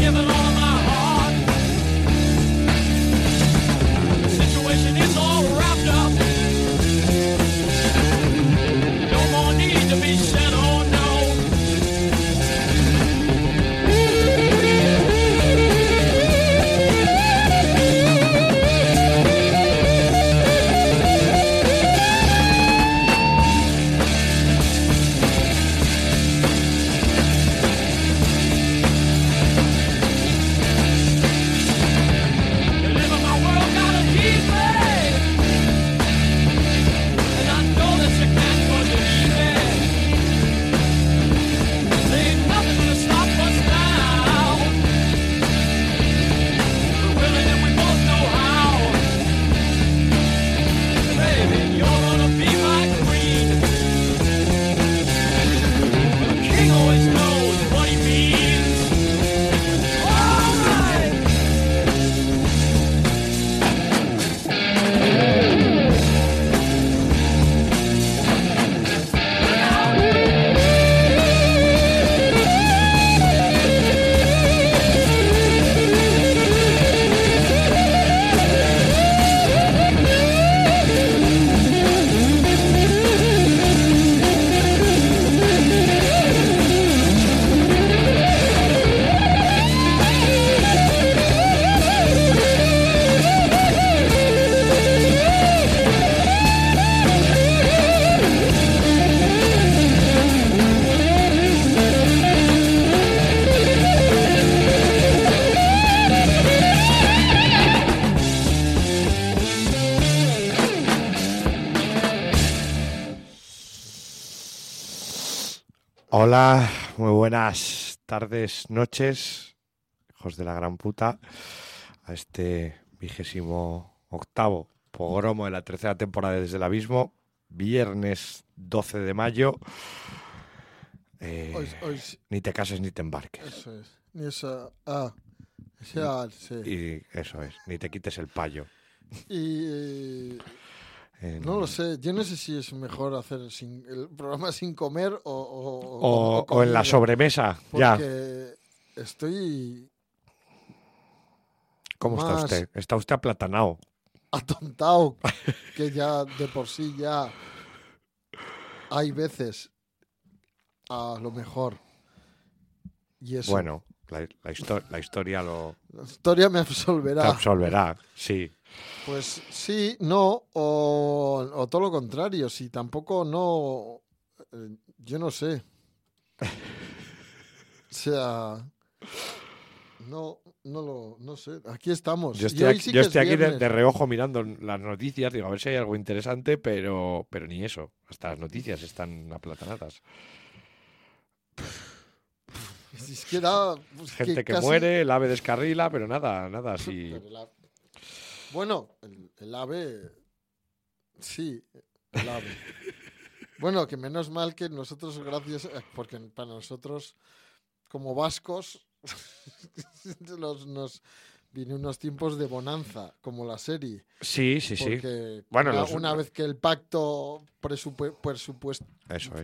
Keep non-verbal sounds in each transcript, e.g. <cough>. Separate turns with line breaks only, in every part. heaven on my heart. Situation is all wrapped up. No more need to be said oh or known. You live in my world, gotta keep it. And I know that you can't believe it. There ain't nothing gonna stop us now. We're willing and we both know how. Baby, you're gonna be my queen. The king always knows what he means. All right.
Hola, muy buenas tardes, noches, hijos de la gran puta, a este vigésimo octavo pogromo de la tercera temporada de desde el abismo, viernes 12 de mayo. Eh,
Hoy, hoy sí,
ni te cases ni te embarques.
eso es. Ni esa A.
Mm.
Esa A, sí.
Y eso es, ni te quites el payo.
Y. eh,
En-
No lo sé, yo no sé si es mejor hacer sin- el programa sin comer o. O, o-
O,
o
o en la
comida,
sobremesa, ya.
Porque estoy
¿Cómo
más-
está usted? Está usted aplatanado. <laughs>
atontado, que ya de por sí ya hay veces, a lo mejor. Y eso.
Bueno, la, la histo- la historia lo
La historia me
te
absolverá.
absolverá, sí.
Pues sí, no, o, o todo lo contrario, si tampoco no, eh, yo no sé. O sea, no, no lo, no sé, aquí estamos.
Yo
Y
estoy
hoy
aquí,
sí
yo
que es
estoy aquí de,
viernes.
de reojo mirando las noticias, digo, a ver si hay algo interesante, pero, pero ni eso. Hasta las noticias están aplatanadas.
Si es que da, pues,
Gente que,
casi-
muere, el ave descarrila, pero nada, nada así.
<laughs> Pero el a- Bueno, el, el ave, sí, el ave. bueno, que menos mal que nosotros, gracias, eh, porque para nosotros, como vascos, <laughs> los- nos vienen unos tiempos de bonanza, como la serie.
Sí, sí, sí.
Porque
Bueno,
una,
los-
una vez que el pacto presupu- presupuestial,
Eso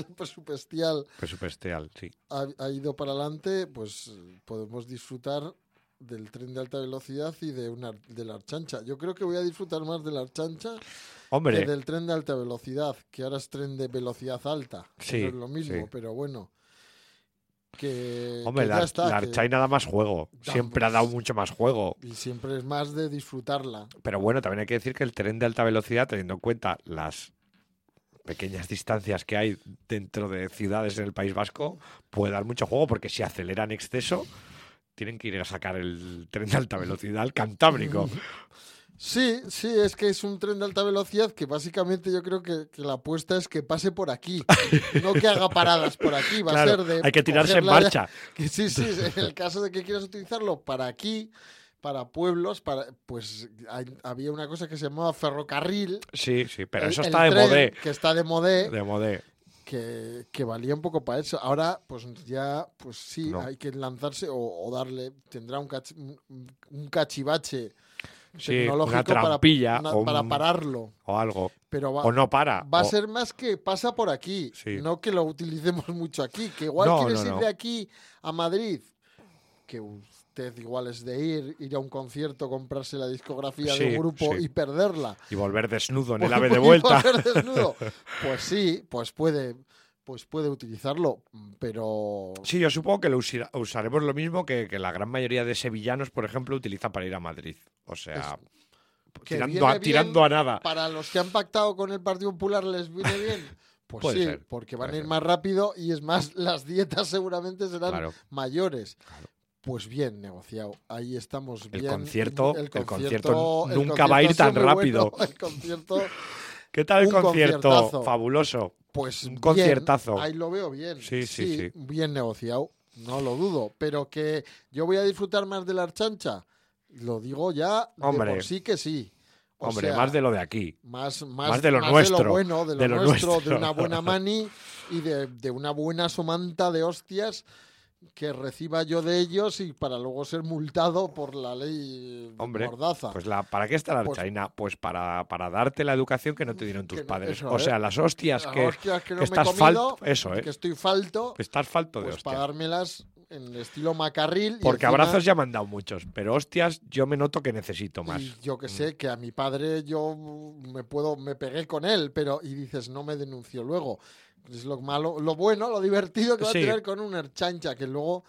es.
presupuestial
Presupuestial, sí.
ha, ha ido para adelante, pues eh, podemos disfrutar del tren de alta velocidad y de una de la archancha. Yo creo que voy a disfrutar más de la archancha que
Hombre,
del tren de alta velocidad, que ahora es tren de velocidad alta. que
Sí,
no es lo mismo,
sí.
pero bueno. Que,
hombre,
que ya
la,
está,
la
que-
Archaina da más juego.
Da
Siempre ha
más.
dado mucho más juego.
y siempre es más de disfrutarla.
Pero bueno, también hay que decir que el tren de alta velocidad, teniendo en cuenta las pequeñas distancias que hay dentro de ciudades en el País Vasco, puede dar mucho juego porque si acelera en exceso, tienen que ir a sacar el tren de alta velocidad al Cantábrico.
Sí, sí, es que es un tren de alta velocidad que básicamente yo creo que, que la apuesta es que pase
<laughs>
por aquí, no que haga paradas por aquí. <laughs> Va a
Claro,
ser de
hay que tirarse en
cogerla ya-
marcha.
Que sí, sí, en el caso de que quieras utilizarlo para aquí, para pueblos, para pues hay- había una cosa que se llamaba ferrocarril.
Sí, sí, pero
el-
eso
el
está de
tren,
modé.
Que está de modé,
De modé.
que, que valía un poco para eso. Ahora, pues ya, pues sí,
No.
hay que lanzarse o, o darle, tendrá un, cachi- un- un cachivache
Sí,
tecnológico
una
para-
trampilla
una-
o
para
un-
pararlo.
O algo.
Pero va,
O no para.
Va a
Ah, o-
ser más que pasa por aquí,
Sí.
<laughs> no que lo utilicemos mucho aquí, que igual
No,
quieres
no,
ir
no.
de aquí a Madrid, que usted igual es de ir, ir a un concierto, comprarse la discografía
Sí,
del grupo
sí.
y perderla.
Y volver desnudo en el
<laughs> Pues,
ave de
pues,
vuelta.
volver
<laughs>
desnudo. Pues sí, pues puede, pues puede utilizarlo, pero
Sí, yo supongo que lo usira- usaremos lo mismo que, que la gran mayoría de sevillanos, por ejemplo, utiliza para ir a Madrid. O sea,
que
tirando,
viene
a,
bien
tirando a nada.
para los que han pactado con el Partido Popular les
<laughs>
viene bien. Pues
Puede
sí,
ser,
porque van a
puede
ir
ser.
más rápido y es más, <laughs> las dietas seguramente serán
Claro.
mayores. Pues bien, negociado. Ahí estamos
El
bien.
concierto- el concierto
el
nunca va a ir
concierto ha
tan
sido muy
rápido.
bueno. <laughs> El concierto,
¿Qué tal el
Un
concierto?
conciertazo.
Fabuloso.
pues.
Un
bien,
conciertazo.
ahí lo veo bien.
Sí, sí, sí.
Bien negociado, no lo dudo. Pero que yo voy a disfrutar más de la archancha, lo digo ya. de
Hombre.
por sí que sí. O
Hombre,
sea,
más de lo de aquí.
Más, más,
Más de lo nuestro,
bueno, de lo,
de lo
nuestro,
nuestro.
de
<laughs>
una buena mani y de, de una buena somanta de hostias que reciba yo de ellos y para luego ser multado por la ley
Hombre,
mordaza.
Pues la, ¿para qué está la
Ah. Pues-
archaina? Pues, para, para darte la educación que no te dieron tus
Que no-
padres.
eso
o
es.
sea, las hostias
Las
que,
hostias
que
que no me he
estás
comido,
falto- eso, ¿eh?
que estoy falto,
estás falto de
pues
hostias.
para dármelas en estilo macarril. y
Porque
encima-
abrazos ya me han dado muchos, pero hostias yo me noto que necesito más. Mm.
Y yo que sé, que a mi padre yo me puedo, me pegué con él, pero y dices, no me denunció luego. Es lo malo, lo bueno, lo divertido que va
Sí.
a tener con una chancha, que luego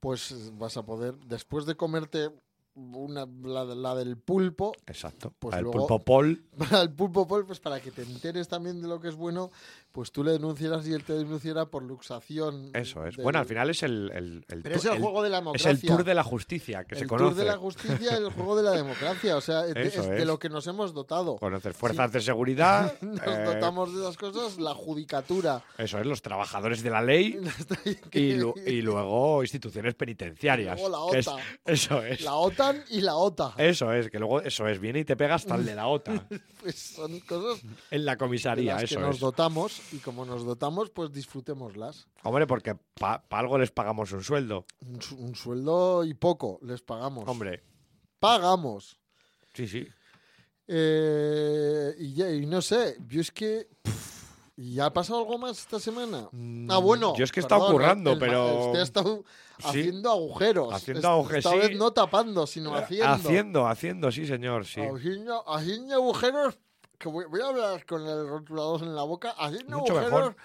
pues vas a poder, después de comerte una, la, la del pulpo, <laughs>
Exacto.
Pues
el
luego-
pulpo pol,
para el pulpo, pol, pues para que te enteres también de lo que es bueno, pues tú le denunciaras y él te denunciara por luxación.
eso es.
del-
Bueno, al final es el, el- el
Pero
tu-
es el,
el-
juego de la
es
democracia.
el tour de la justicia que
El
se
tour
conoce.
de la justicia, el juego de la democracia,
<laughs>
o sea, es de-
Eso
es de
es.
lo que nos hemos dotado.
Conoces fuerzas de
<laughs>
seguridad,
Nos
eh,
dotamos de esas cosas, la judicatura.
<laughs> eso es, los trabajadores de la
<laughs>
ley y, lu- y luego instituciones penitenciarias.
Luego la
que es-
OTA.
eso es.
La OTAN y la OTA.
Eso es, que luego eso es, viene y te pegas tal de la
<laughs>
OTA
Pues son cosas de
en la comisaría,
las que
eso
nos
es.
dotamos y como nos dotamos, pues disfrutémoslas.
Hombre, porque para algo les pagamos un sueldo.
Un, su- un sueldo y poco les pagamos.
Hombre,
Pagamos.
sí, sí.
Eh, y, ya- y no sé, yo es que... pff, ¿Y ya ha pasado algo más esta semana? Ah, bueno.
Mm, Yo es que he estado
perdón,
currando,
el- el-
pero-
Usted ha estado
Sí.
haciendo agujeros.
Haciendo
Esta-
agujeros,
Esta
sí. Eh,
vez no tapando, sino haciendo.
haciendo, haciendo, sí, señor, sí.
Haciendo, haciendo agujeros, que voy, voy a hablar con el rotulador en la boca, haciendo
Mucho
agujeros
mejor.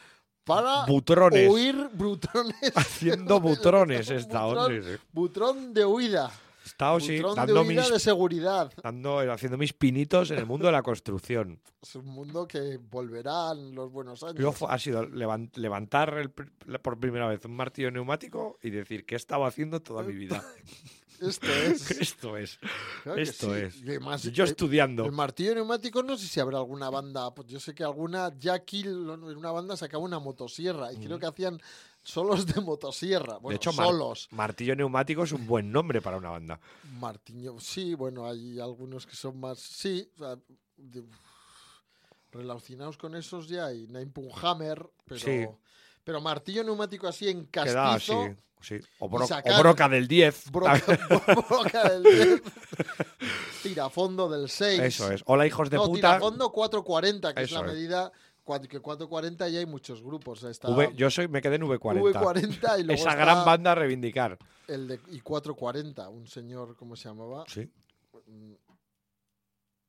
para
Butrones.
huir brutones. <laughs>
Haciendo butrones he estado,
Butrón-
sí, sí.
Butrón de huida.
He estado, sí,
butrón de
dando
huida
mis-
de seguridad.
dando- haciendo mis pinitos en el mundo de la construcción.
Es un mundo que volverán los buenos años.
Yo fu- ha sido levan- levantar el pr- la- por primera vez un martillo neumático y decir que he estado haciendo toda mi
<laughs>
vida. <laughs>
Esto es.
Esto es.
claro que
Esto
sí.
es.
Y además,
Yo
eh,
estudiando.
El martillo neumático, no sé si habrá alguna banda. Pues yo sé que alguna, ya aquí lo- en una banda sacaba una motosierra y creo que hacían solos de motosierra. Bueno,
Mm. de hecho, mar-
solos.
martillo neumático es un buen nombre para una banda.
Martiño, sí, bueno, hay algunos que son más. Sí, o sea, de- relacionados con esos ya hay Hammer, pero,
Sí.
pero martillo neumático así en
Queda así.
castizo.
sí. O, bro- o
sacar-
broca del Ah, 10. <laughs>
<laughs> Broca, broca del 10, tirafondo del 6.
Eso es. Hola, hijos de
no,
puta.
tirafondo 440, que es
Eso
la
es.
medida. cua- Que 440 ya hay muchos grupos. o sea, está
V- yo soy, me quedé en V40.
V40 y luego
Esa
está
gran banda a reivindicar.
el de, y 440, un señor, ¿cómo se llamaba?
Sí.
Mm,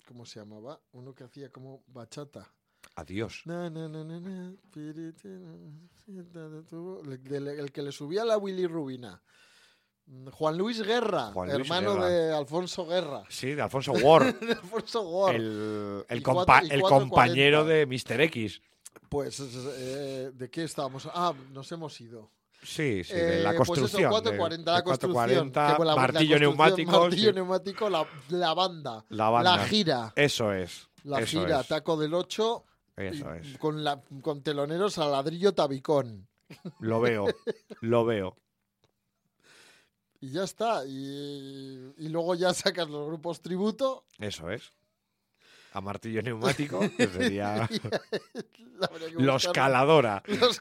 ¿Cómo se llamaba? Uno que hacía como bachata.
Adiós.
Na, na, na, na, na, piriti, na, na, sienta de tu- le- del- El, que le subía la Willy Rubina. Mm, Juan Luis Guerra,
Juan Luis
hermano
Guerra.
de Alfonso Guerra. <laughs>
Sí, de Alfonso Ward.
De Alfonso Gor.
El, el
Y cuatro-
compa-
y
el
4.40.
compañero de Mr. X.
Pues, es- es- eh, ¿de qué estábamos? Ah, nos hemos ido.
Sí, sí, de la
Eh,
construcción.
Pues
de-
eso, 440,
de
la construcción.
4.40,
que con la- la
martillo
construcción,
neumático.
Martillo
sí.
neumático, la, la banda.
La banda.
gira.
Eso es.
La
eso
gira,
es,
taco del 8.
Eso
y
es.
Con, la, con teloneros a ladrillo tabicón.
Lo veo. Lo veo.
Y ya está. Y, y luego ya sacas los grupos tributo
Eso es. a martillo
<laughs>
neumático, que sería
Habría que
los
buscar <laughs>
caladora.
Los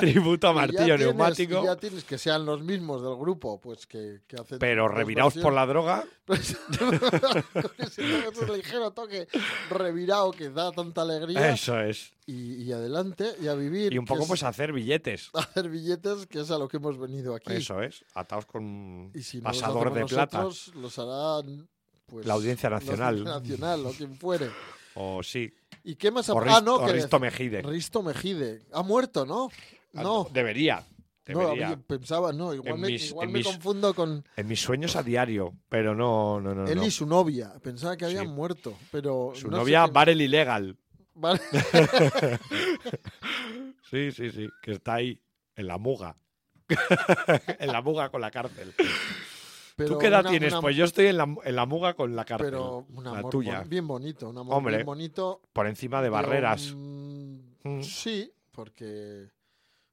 <laughs> Tributo a
Y ya
martillo
tienes-
neumático,
y Ya tienes que sean los mismos del grupo, pues que, que hacen.
pero
dos
reviraos por la droga.
versiones. <laughs> Pues, Con ese- ese ligero toque revirado que da tanta alegría.
Eso es.
Y, y adelante, y a vivir.
Y un poco
que
pues
es
hacer billetes.
hacer billetes, que es a lo que hemos venido aquí.
Eso es. Ataos con
Y si no los
pasador de
hacemos
plata.
nosotros, los harán. Pues,
La Audiencia Nacional.
La Audiencia Nacional, o quien fuere.
O sí.
¿Y qué más? ha-
O,
ah,
Risto-
no,
o
que
Risto Mejide.
Risto Mejide. Ha muerto, ¿no?
Ah,
No.
Debería.
No,
Debería.
había- pensaba, no, igual,
En
me,
mis-
igual
en
me
mis-
confundo con
En mis sueños a diario, pero no, no, no.
él
no.
y su novia. Pensaba que habían
Sí.
muerto, pero...
Su
no sé
novia,
qué- <laughs>
Barel Ilegal.
Vale.
Sí, sí, sí. Que está ahí, en la muga. <laughs> en la muga con la cárcel.
Pero
¿Tú qué edad
una-
tienes?
una-
Pues yo estoy en la, en la muga con la cárcel.
Pero un
la
amor
tuya.
bon- bien bonito, un amor
Hombre,
bien bonito.
Por encima de
pero,
barreras.
mm,
Mm.
Sí, porque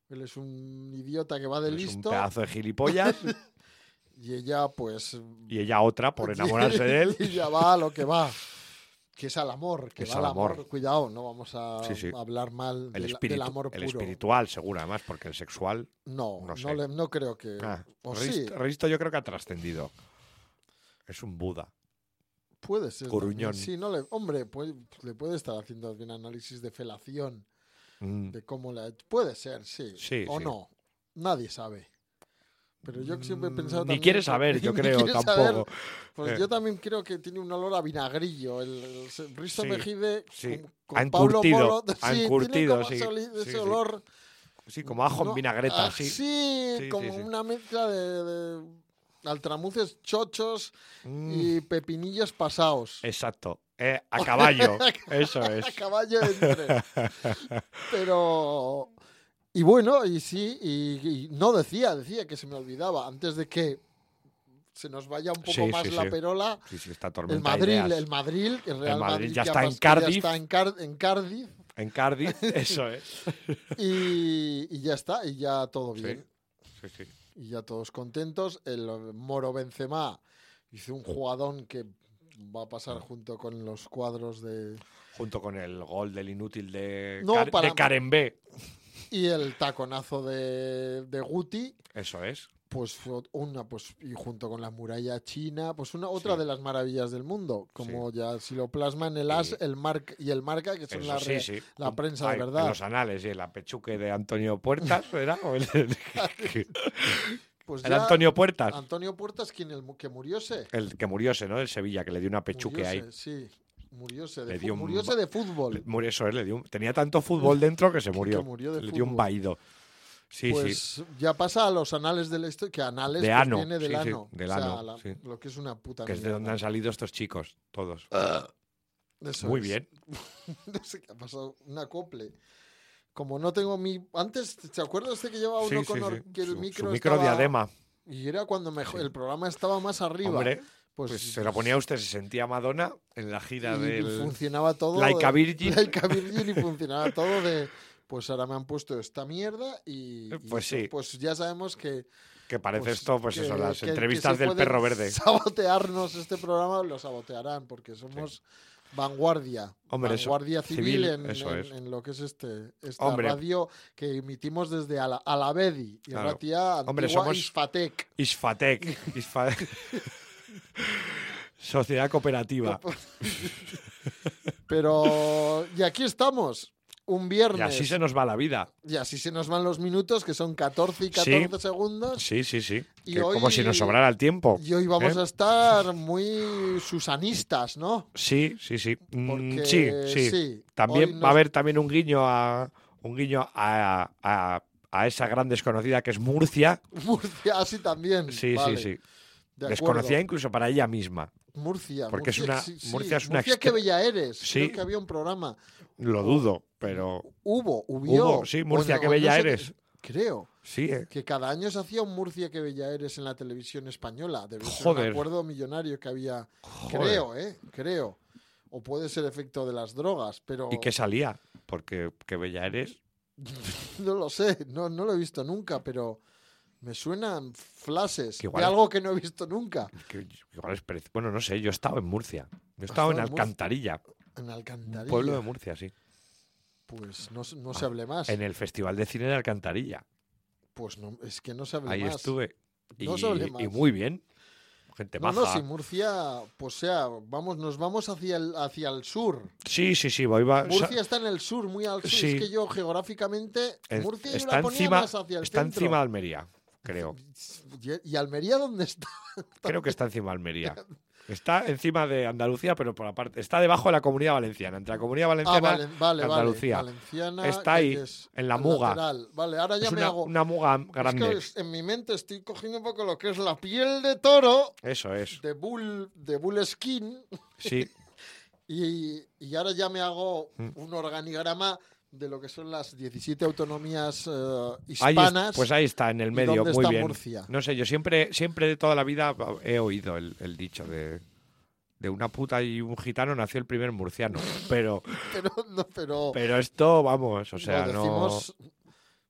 él es un idiota que va de
Pues Es un
listo
pedazo de
<laughs>
gilipollas.
y ella pues...
y ella otra
<laughs>
por enamorarse de él.
Y ya va a lo que va. Que es al amor, que
Es
va
al
al amor.
amor.
Cuidado, no vamos a
Sí, sí.
hablar mal
El,
del,
espíritu,
del amor
el
puro.
espiritual, seguro, además, porque el sexual.
No,
No
no,
sé.
le- no creo que.
Ah,
o
Risto,
Eh, pues sí,
Risto yo creo que ha trascendido. Es un Buda.
puede ser.
Gruñón.
también. Sí, no le, hombre, puede- le puede estar haciendo algún análisis de felación,
Mm,
de cómo la. Puede ser, sí.
Sí,
o
sí.
no. Nadie sabe. Pero yo siempre he
Mm,
pensado.
ni
también
quiere
que-
saber, yo
<laughs> ni
creo,
quiere
tampoco.
pues
Eh.
yo también creo que tiene un olor a vinagrillo. El, el se- Risto
Sí,
Mejide
sí.
con, con
Ha
Pablo
encurtido,
Moro.
ha
<laughs> sí, tiene
encurtido,
como
sí,
ese oli- ese
sí, sí.
olor.
Sí, como ajo
No,
en vinagreta.
ah,
sí.
sí,
Sí,
como
sí, sí.
una mezcla de- de altramuces chochos.
Mm,
y pepinillos pasados.
Exacto. Eh, a caballo. Eso <laughs> es.
<laughs> A caballo entre. Pero. Y bueno, y sí, y, y no decía, decía que se me olvidaba, antes de que se nos vaya un poco
Sí,
más
sí,
la
sí.
perola.
Sí, sí, está tormenta
El
de
Madrid,
ideas.
el Madrid, el Real
El Madrid ya
que
está en
además que ya
Cardiff.
está en, Car- en Cardiff
En
<laughs>
Cardiff, eso es.
y, y ya está, y ya todo
Sí.
bien.
Sí, sí.
Y ya todos contentos. El Moro Benzema hizo un jugadón que va a
Ah.
pasar junto con los cuadros de,
Junto con el gol del inútil de,
No,
Kar-
para-
de Karen B.
Y el taconazo de, de Guti,
Eso es.
pues fue una, pues, y junto con la muralla china, pues una otra
Sí.
de las maravillas del mundo. Como ya si lo plasman el as,
Sí.
el marca y el marca, que son
Eso
la
sí,
re-
sí.
la
Un-
prensa de
ay,
verdad.
Los anales y el apechuque de Antonio Puertas, ¿era? O el,
<laughs>
el
pues ya-
Antonio Puertas.
Antonio Puertas, quien el mu- que murióse.
El que murióse, ¿no? Del Sevilla, que le dio una pechuque ahí.
Murióse, sí. Murióse de,
Le
fu-
dio un
murióse
ba-
de fútbol.
Le- Murió eso, ¿eh? le dio un- tenía tanto fútbol dentro que se murió.
murió de
le dio un
fútbol.
vaído. Sí,
pues
sí.
ya pasa a los anales del esto, que anales
De
pues,
ano,
viene del
sí, sí,
ano.
del
o sea,
ano,
la-
sí.
lo que es una puta
Que es de
mierda.
donde han salido estos chicos, todos.
Eso
Muy
es.
bien.
<laughs> No sé qué ha pasado, un acople. Como no tengo mi. Antes, ¿te acuerdas de que llevaba uno
Sí,
con
sí,
or-
sí.
que el
Su- su
micro.
micro
estaba-
diadema.
Y era cuando mejor,
Sí.
el programa estaba más arriba.
Hombre,
pues,
pues, se lo ponía usted, se sentía Madonna en la
y,
gira
y
del
funcionaba todo.
Laika
de-
Virgin.
<laughs> Laika Virgin y funcionaba todo de. Pues ahora me han puesto esta mierda y. y
Pues
eso,
sí.
Pues ya sabemos que.
Que parece
pues,
esto, pues eso,
que-
las
que- que
entrevistas
se
del
pueden
perro verde.
Sabotearnos este programa lo sabotearán porque somos vanguardia.
Hombre, eso-
vanguardia civil,
civil,
en,
eso
en-
es.
en lo que es este esta
Hombre.
radio que emitimos desde Ala- Alavedi y
Claro.
Ratia
Hombre,
Antigua
somos-
Isfatec.
Isfatec.
<laughs>
Isfatec. Sociedad cooperativa.
Pero y aquí estamos. Un
Y
viernes.
así se nos va la vida.
se nos van los minutos, que son 14 y 14 segundos.
Sí, sí, sí.
Y
Que
hoy-
Como si nos sobrara el tiempo.
Y hoy vamos
¿Eh?
a estar muy susanistas, ¿no? <laughs>
Sí, sí, sí. Mm,
Porque
sí, sí.
hoy
También
nos-
va a haber también un guiño a un guiño a, a- a esa gran desconocida que es Murcia.
Murcia, así también.
Sí,
vale,
sí, sí.
de
desconocida
acuerdo.
incluso para ella misma.
Murcia.
porque es
Murcia,
una-
sí, sí,
Murcia es una
Murcia, qué
extre-
bella eres.
Sí.
Creo que había un programa.
Lo dudo, pero
Hubo, hubo.
Hubo, sí, Murcia, qué bella eres.
Creo
sí, eh.
que cada año se hacía un Murcia, qué bella eres en la televisión española. Debe ser un
Joder.
acuerdo millonario que había.
Joder.
Creo, ¿eh? Creo. O puede ser efecto de las drogas, pero
¿Y qué salía? Porque qué bella eres.
<laughs> no lo sé. No, no lo he visto nunca, pero me suenan flashes
Que igual-
de algo que no he visto nunca.
Que igual es preci- Bueno, no sé, yo he estado en Murcia. Yo he estado
estado
en
en Murcia?
Alcantarilla.
En
Un
Alcantarilla.
pueblo de Murcia, sí.
Pues no, se- no se hable más.
En el Festival de Cine de Alcantarilla.
Pues no, es que no se hable
Ahí
más.
estuve. Y,
No se hable más.
y muy bien. Gente
No,
maja.
no, si Murcia, pues sea, vamos, nos vamos hacia el, hacia el sur.
Sí, sí, sí. voy- va- o sea,
Murcia está en el sur, muy al sur.
Ah, sí.
Es que yo geográficamente,
es-
Murcia yo
está
la ponía
encima,
más hacia el
está
centro.
encima de Almería,
<laughs>
creo.
¿Y, y Almería dónde está?
Creo que está encima de
<laughs>
Almería. Está encima de Andalucía, pero por aparte. Está debajo de la comunidad valenciana. Entre la comunidad
Ah,
valenciana
vale, vale, vale.
Andalucía.
Valenciana,
Está ahí,
que es
en la muga.
lateral. Vale, ahora ya
es
me
una,
hago.
una muga
es que
grande.
es- en mi mente estoy cogiendo un poco lo que es la piel de toro,
Eso es.
de bull, de bull skin,
Sí.
y, y ahora ya me hago
Mm.
un organigrama de lo que son las 17 autonomías eh,
Ahí es-
hispanas.
pues ahí está, en el
¿Y
medio,
dónde
muy
está
bien.
Murcia?
No sé, yo siempre, siempre de toda la vida he oído el, el dicho de, de una puta y un gitano nació el primer murciano.
<laughs>
Pero,
Pero, no, pero
pero esto, vamos, o sea,
lo
no,
decimos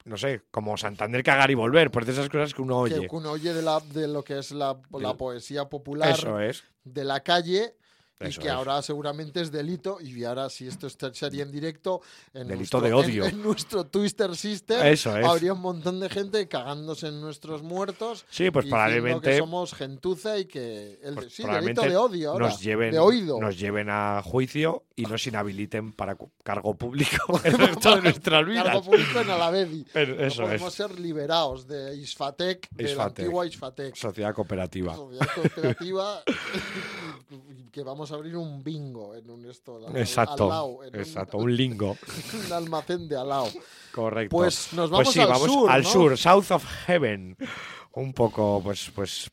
no sé, como Santander cagar y volver, por esas cosas que uno
que
oye.
uno oye de, la, de lo que es la, la
Del-
poesía popular
Eso es.
de la calle. Y
Eso
que
es.
ahora seguramente es delito, y ahora si esto está- sería en directo, en
Delito
nuestro,
de odio.
En, en nuestro Twister System,
Eso es.
habría un montón de gente cagándose en nuestros muertos.
Sí, pues
y diciendo que
probablemente,
somos gentuza y que el
pues
sí, delito
probablemente
de odio ahora,
nos, lleven,
de oído.
nos lleven a juicio y nos inhabiliten para cu- cargo
<laughs>
público <laughs> el resto de nuestras
Cargo
vidas.
público en Alavedi.
Pero <laughs>
No
Eso
podemos
es,
ser liberados de Isfatec, de la
Isfatec.
antigua Isfatec.
sociedad cooperativa.
Sociedad cooperativa y <laughs> que vamos a abrir un bingo en un esto al- al- al
Exacto,
lado, en un- <laughs>
exacto, un lingo,
un almacén de al lado.
correcto.
Pues nos vamos
Pues sí,
al
vamos
sur.
al
¿no?
sur, South of Heaven. Un poco, pues, pues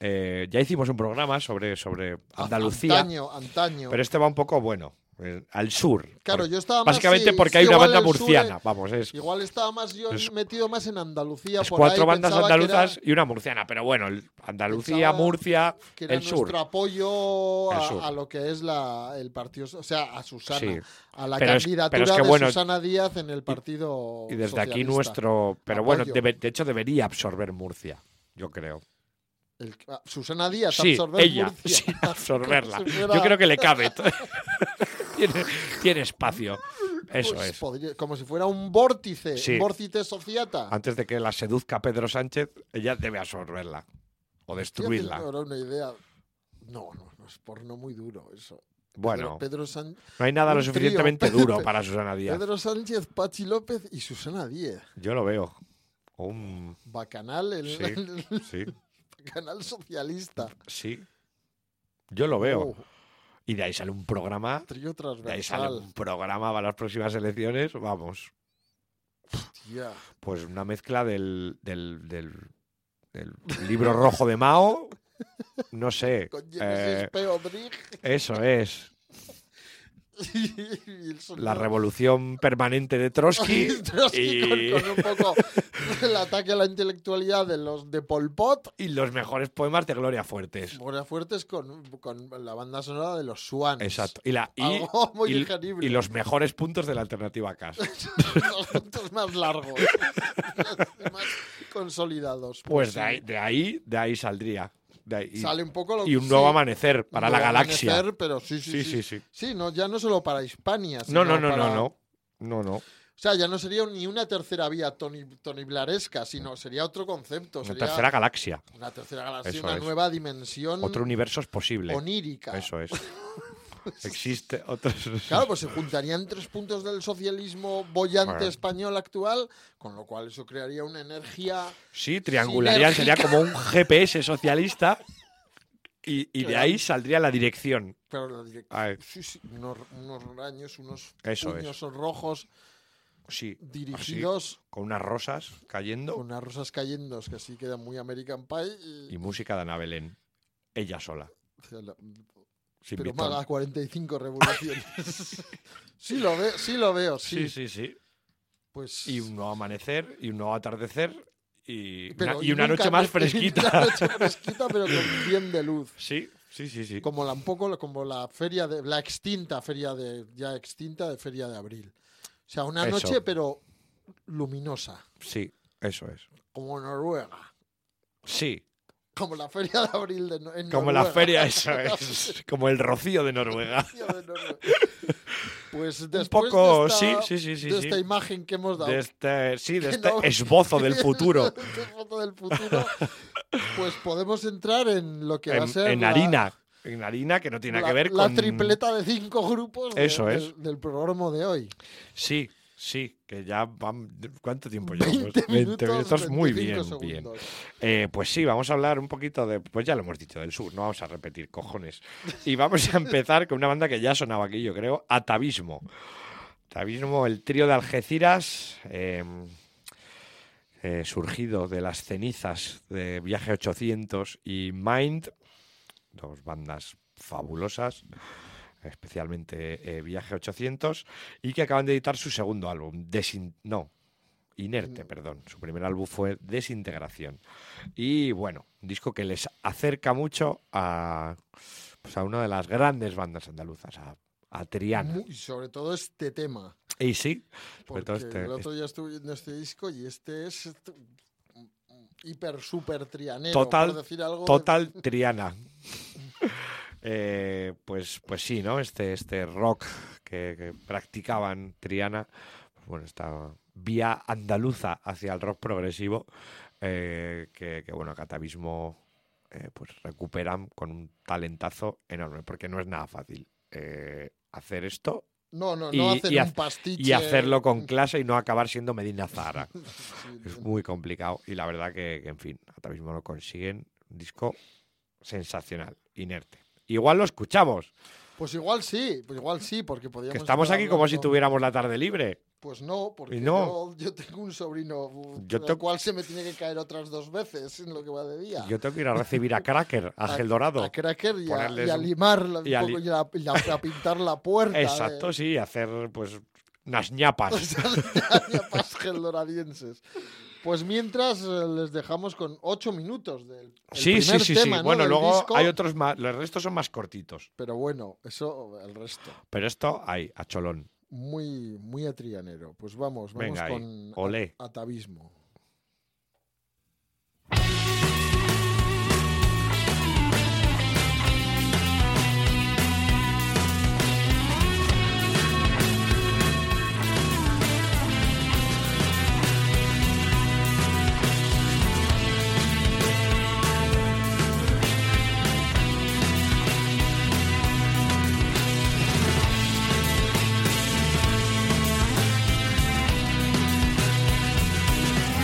eh, ya hicimos un programa sobre, sobre Andalucía,
Ah, Antaño, antaño.
pero este va un poco, bueno, eh, al sur.
claro,
Por-
yo estaba más,
básicamente
sí,
porque
sí,
hay una
igual
banda
el sur,
murciana,
eh,
vamos, es,
igual estaba más yo
Es-
metido más en Andalucía.
es
por
cuatro
ahí,
bandas
pensaba que era-
andaluzas y una murciana, pero bueno, el- Andalucía,
pensaba
Murcia,
que era
el sur.
nuestro apoyo
El sur.
a, a lo que es la, el partido, o sea, a Susana,
Sí.
a la
Pero es-
candidatura
pero es que,
de
bueno,
Susana Díaz en el partido.
Y desde aquí
socialista.
nuestro... Pero bueno,
Apoyo.
debe- de hecho debería absorber Murcia, yo creo.
El- ah, Susana Díaz,
Sí,
absorber
ella,
Murcia.
sí, absorberla.
<laughs> Como si fuera-
Yo creo que le
<laughs>
cabe. to- <laughs> tiene, tiene espacio. Eso
Pues
es.
podría- como si fuera un vórtice,
Sí.
vórtice sociata.
Antes de que la seduzca Pedro Sánchez, ella debe absorberla o
Estoy haciendo
destruirla.
ahora una idea. No, no, no, es porno muy duro eso.
Bueno,
Pedro, Pedro San-
no hay nada lo
un trío.
suficientemente
<laughs>
duro para Susana Díaz.
Pedro Sánchez, Pachi López y Susana Díez.
Yo lo veo. Un-
Bacanal, el,
Sí.
el
sí,
canal socialista.
sí. Yo lo veo.
Oh,
Y de ahí sale un programa.
trío
De ahí sale
transversal.
un programa para las próximas elecciones. Vamos.
Tía.
Pues una mezcla del, del, del- del libro rojo de Mao. No
<laughs>
sé.
Con
eh,
Genesis P. Odrich
eso es.
y el sonido-
La
<laughs>
revolución permanente de Trotsky.
Trotsky
y,
con, con un poco el ataque a la intelectualidad de los de Pol Pot.
y los mejores poemas de Gloria Fuertes.
Mora Fuertes con, con la banda sonora de los Swans.
Exacto. Y, la, y,
Algo <laughs> muy
y-
digerible.
y los mejores puntos de la alternativa CAS.
los puntos más largos, <laughs> los más consolidados.
Pues de
sí,
ahí, de ahí, de ahí saldría. De ahí-
sale un poco lo
y un
sí,
nuevo amanecer para
un
la
nuevo
galaxia.
amanecer, pero sí, sí, sí,
sí, sí, sí.
Sí, no, ya no solo para Hispania.
No,
sino
no, no,
pues para- pues
no, no. No, no.
O sea, ya no sería ni una tercera vía Tony, Tony Blaresca, sino sería otro concepto.
Una
sería
tercera galaxia.
una tercera galaxia,
Eso
una
es.
nueva dimensión
Otro universo es posible.
onírica.
Eso
<laughs>
es. Existe otros.
Claro, pues se juntarían tres puntos del socialismo bollante
Bueno.
español actual, con lo cual eso crearía una energía
Sí, triangularían, sería como un GPS socialista y, y de
Claro.
ahí saldría la dirección.
Pero la direc-
Ay.
sí, sí, unos, unos raños, unos
Eso
puños rojos
Sí,
dirigidos
con unas rosas cayendo
con unas rosas cayendo que sí quedan muy American Pie. Y,
y música de Ana Belén. Ella sola, sin
pero
pistón.
más a 45 revoluciones.
<laughs>
sí, lo veo, sí lo veo, sí.
Sí, sí, sí.
Pues,
Y un nuevo amanecer y un nuevo atardecer y una,
pero-
y una
nunca-
noche más
<laughs> y una
fresquita.
noche fresquita,
<laughs>
pero con bien de luz.
Sí, sí, sí, sí.
Como la, un poco como la feria de la extinta feria de ya extinta de feria de abril. O sea, una
Eso.
noche pero luminosa,
Sí, eso es.
como Noruega.
Sí,
Como la feria de abril de no- en
Como la
Noruega.
feria,
<laughs>
eso es. Como el rocío de Noruega.
Tío de
<laughs>
Noruega. Pues después
Un poco,
de esta,
sí, sí, sí, sí.
de
sí.
esta imagen que hemos dado,
De este, sí, de
Que
este
no-
esbozo
<laughs>
del futuro.
Esta foto del futuro, pues podemos entrar en lo que va a
En,
ser
en
la-
harina. En harina que no tiene
la,
que ver
la
con.
tripleta de cinco grupos de-
Eso es.
del, del programa de hoy.
Sí, sí, que ya van. ¿Cuánto
<laughs>
tiempo llevamos?
20
pues,
minutos,
minutos, muy
25
bien, bien.
segundos.
Eh, pues sí, vamos a hablar un poquito de. Pues ya lo hemos dicho, del sur, no vamos a repetir, cojones. Y vamos a empezar con una banda que ya sonaba aquí, yo creo, Atavismo. Atavismo, el trío de Algeciras, eh, eh, surgido de las cenizas de Viaje 800 y Mind, dos bandas fabulosas, especialmente eh, Viaje 800, y que acaban de editar su segundo álbum, Desin- no, Inerte, perdón. Su primer álbum fue Desintegración. Y bueno, un disco que les acerca mucho a, pues a una de las grandes bandas andaluzas, a, a Triana.
Muy- sobre todo este tema.
Y sí, sobre
Porque
todo este-
el otro día estuve en este disco y este es t- hiper, super trianero.
Total-
por decir algo. <laughs>
Total Triana. Eh, pues, pues sí, ¿no? Este, este rock que, que practicaban Triana, pues bueno, esta vía andaluza hacia el rock progresivo, eh, que, que, bueno, Catavismo eh, pues recuperan con un talentazo enorme, porque no es nada fácil eh, hacer esto
No, no, no
y-
hacer
y
un
hac-
pastiche.
y hacerlo con clase y no acabar siendo Medina Zahara.
Sí,
Es muy complicado y la verdad que, que, en fin, ahora mismo lo consiguen. Un disco sensacional, inerte. Igual lo escuchamos,
Pues igual sí, pues igual sí, porque podíamos.
que estamos
estar
aquí como si
hablando-
tuviéramos la tarde libre.
Pues no, porque
Y no.
Yo, yo tengo un sobrino uh,
Yo
al
te-
cual se me tiene que caer otras dos veces en lo que va de día.
Yo tengo que ir a recibir a Cracker, a Gel Dorado.
A cracker y a,
Ponerles
y a
un-
limarla un
y a
poco
li-
y a, y a- a pintar la puerta. de- <laughs>
Exacto, sí, hacer pues unas ñapas.
Esas ñapas geloradienses. Pues mientras eh, les dejamos con ocho minutos del el
Sí, sí,
primer
sí, sí.
tema, ¿no?
Bueno,
del
luego
disco,
hay otros más, los restos son más cortitos.
Pero bueno, eso el resto.
Pero esto hay, a cholón.
Muy, muy atrianero. Pues vamos, vamos
Venga ahí,
con
olé.
atavismo.
Thank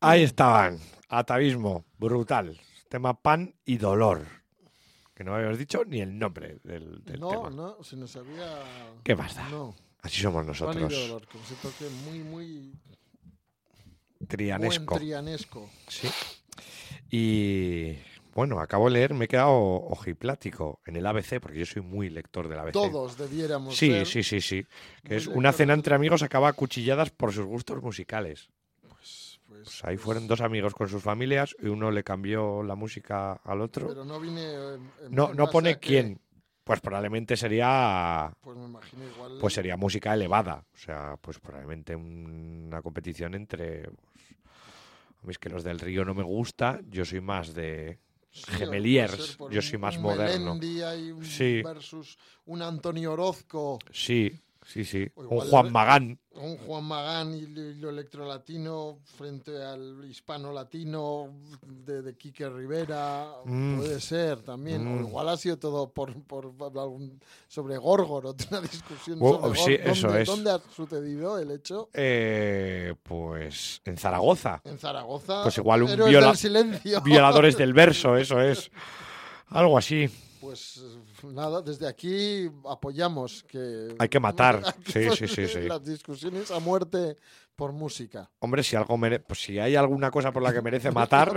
Ahí estaban. Atavismo, brutal. Tema pan y dolor. Que no habíamos dicho ni el nombre del, del
no,
tema.
no, se nos había.
¿Qué más da?
No,
Así somos
Pan y
nosotros.
Dolor, con ese toque muy, muy.
Trianesco. Pues
Buen trianesco.
Sí. Y bueno, acabo de leer, me he quedado ojiplático en el ABC, porque yo soy muy lector del ABC.
Todos debiéramos.
Sí,
ser-
sí, sí, sí. Que
muy
es una
lectores
cena
del
entre amigos acaba a cuchilladas por sus gustos musicales.
Pues,
Pues ahí
pues-
fueron dos amigos con sus familias y uno le cambió la música al otro.
Pero no vine. eh, en- en
No, no
base a
pone
que-
quién. Pues probablemente sería
Pues me imagino igual.
pues sería música elevada. O sea, pues probablemente un- una competición entre. pues, a mí es que los del río no me gusta. Yo soy más de.
Sí, o
Gemeliers,
puede ser por
yo soy
un-
más
un
moderno.
Melendi ahí, un
Sí.
Versus un Antonio Orozco,
Sí, sí, sí.
O
Un
igual
Juan
re-
Magán.
un Juan Magán y lo, y lo electrolatino frente al hispano latino de, de Quique Rivera.
Mm.
Puede ser también. O
Mm.
igual ha sido todo por, por algún- sobre Gorgor, una <laughs> discusión
Oh,
sobre
sí,
Gorgor.
eso
¿Dónde,
es.
dónde ha sucedido el hecho?
Eh, pues en Zaragoza.
En Zaragoza.
Pues igual un
Héroes
viola-
del silencio.
Violadores del verso, eso es. Algo así.
<laughs> Pues eh, nada, desde aquí apoyamos que...
Hay que matar.
<laughs>
Sí, sí, sí, sí.
Las discusiones a muerte por música.
Hombre, si algo mere- pues si hay alguna cosa por la que
<laughs>
merece matar,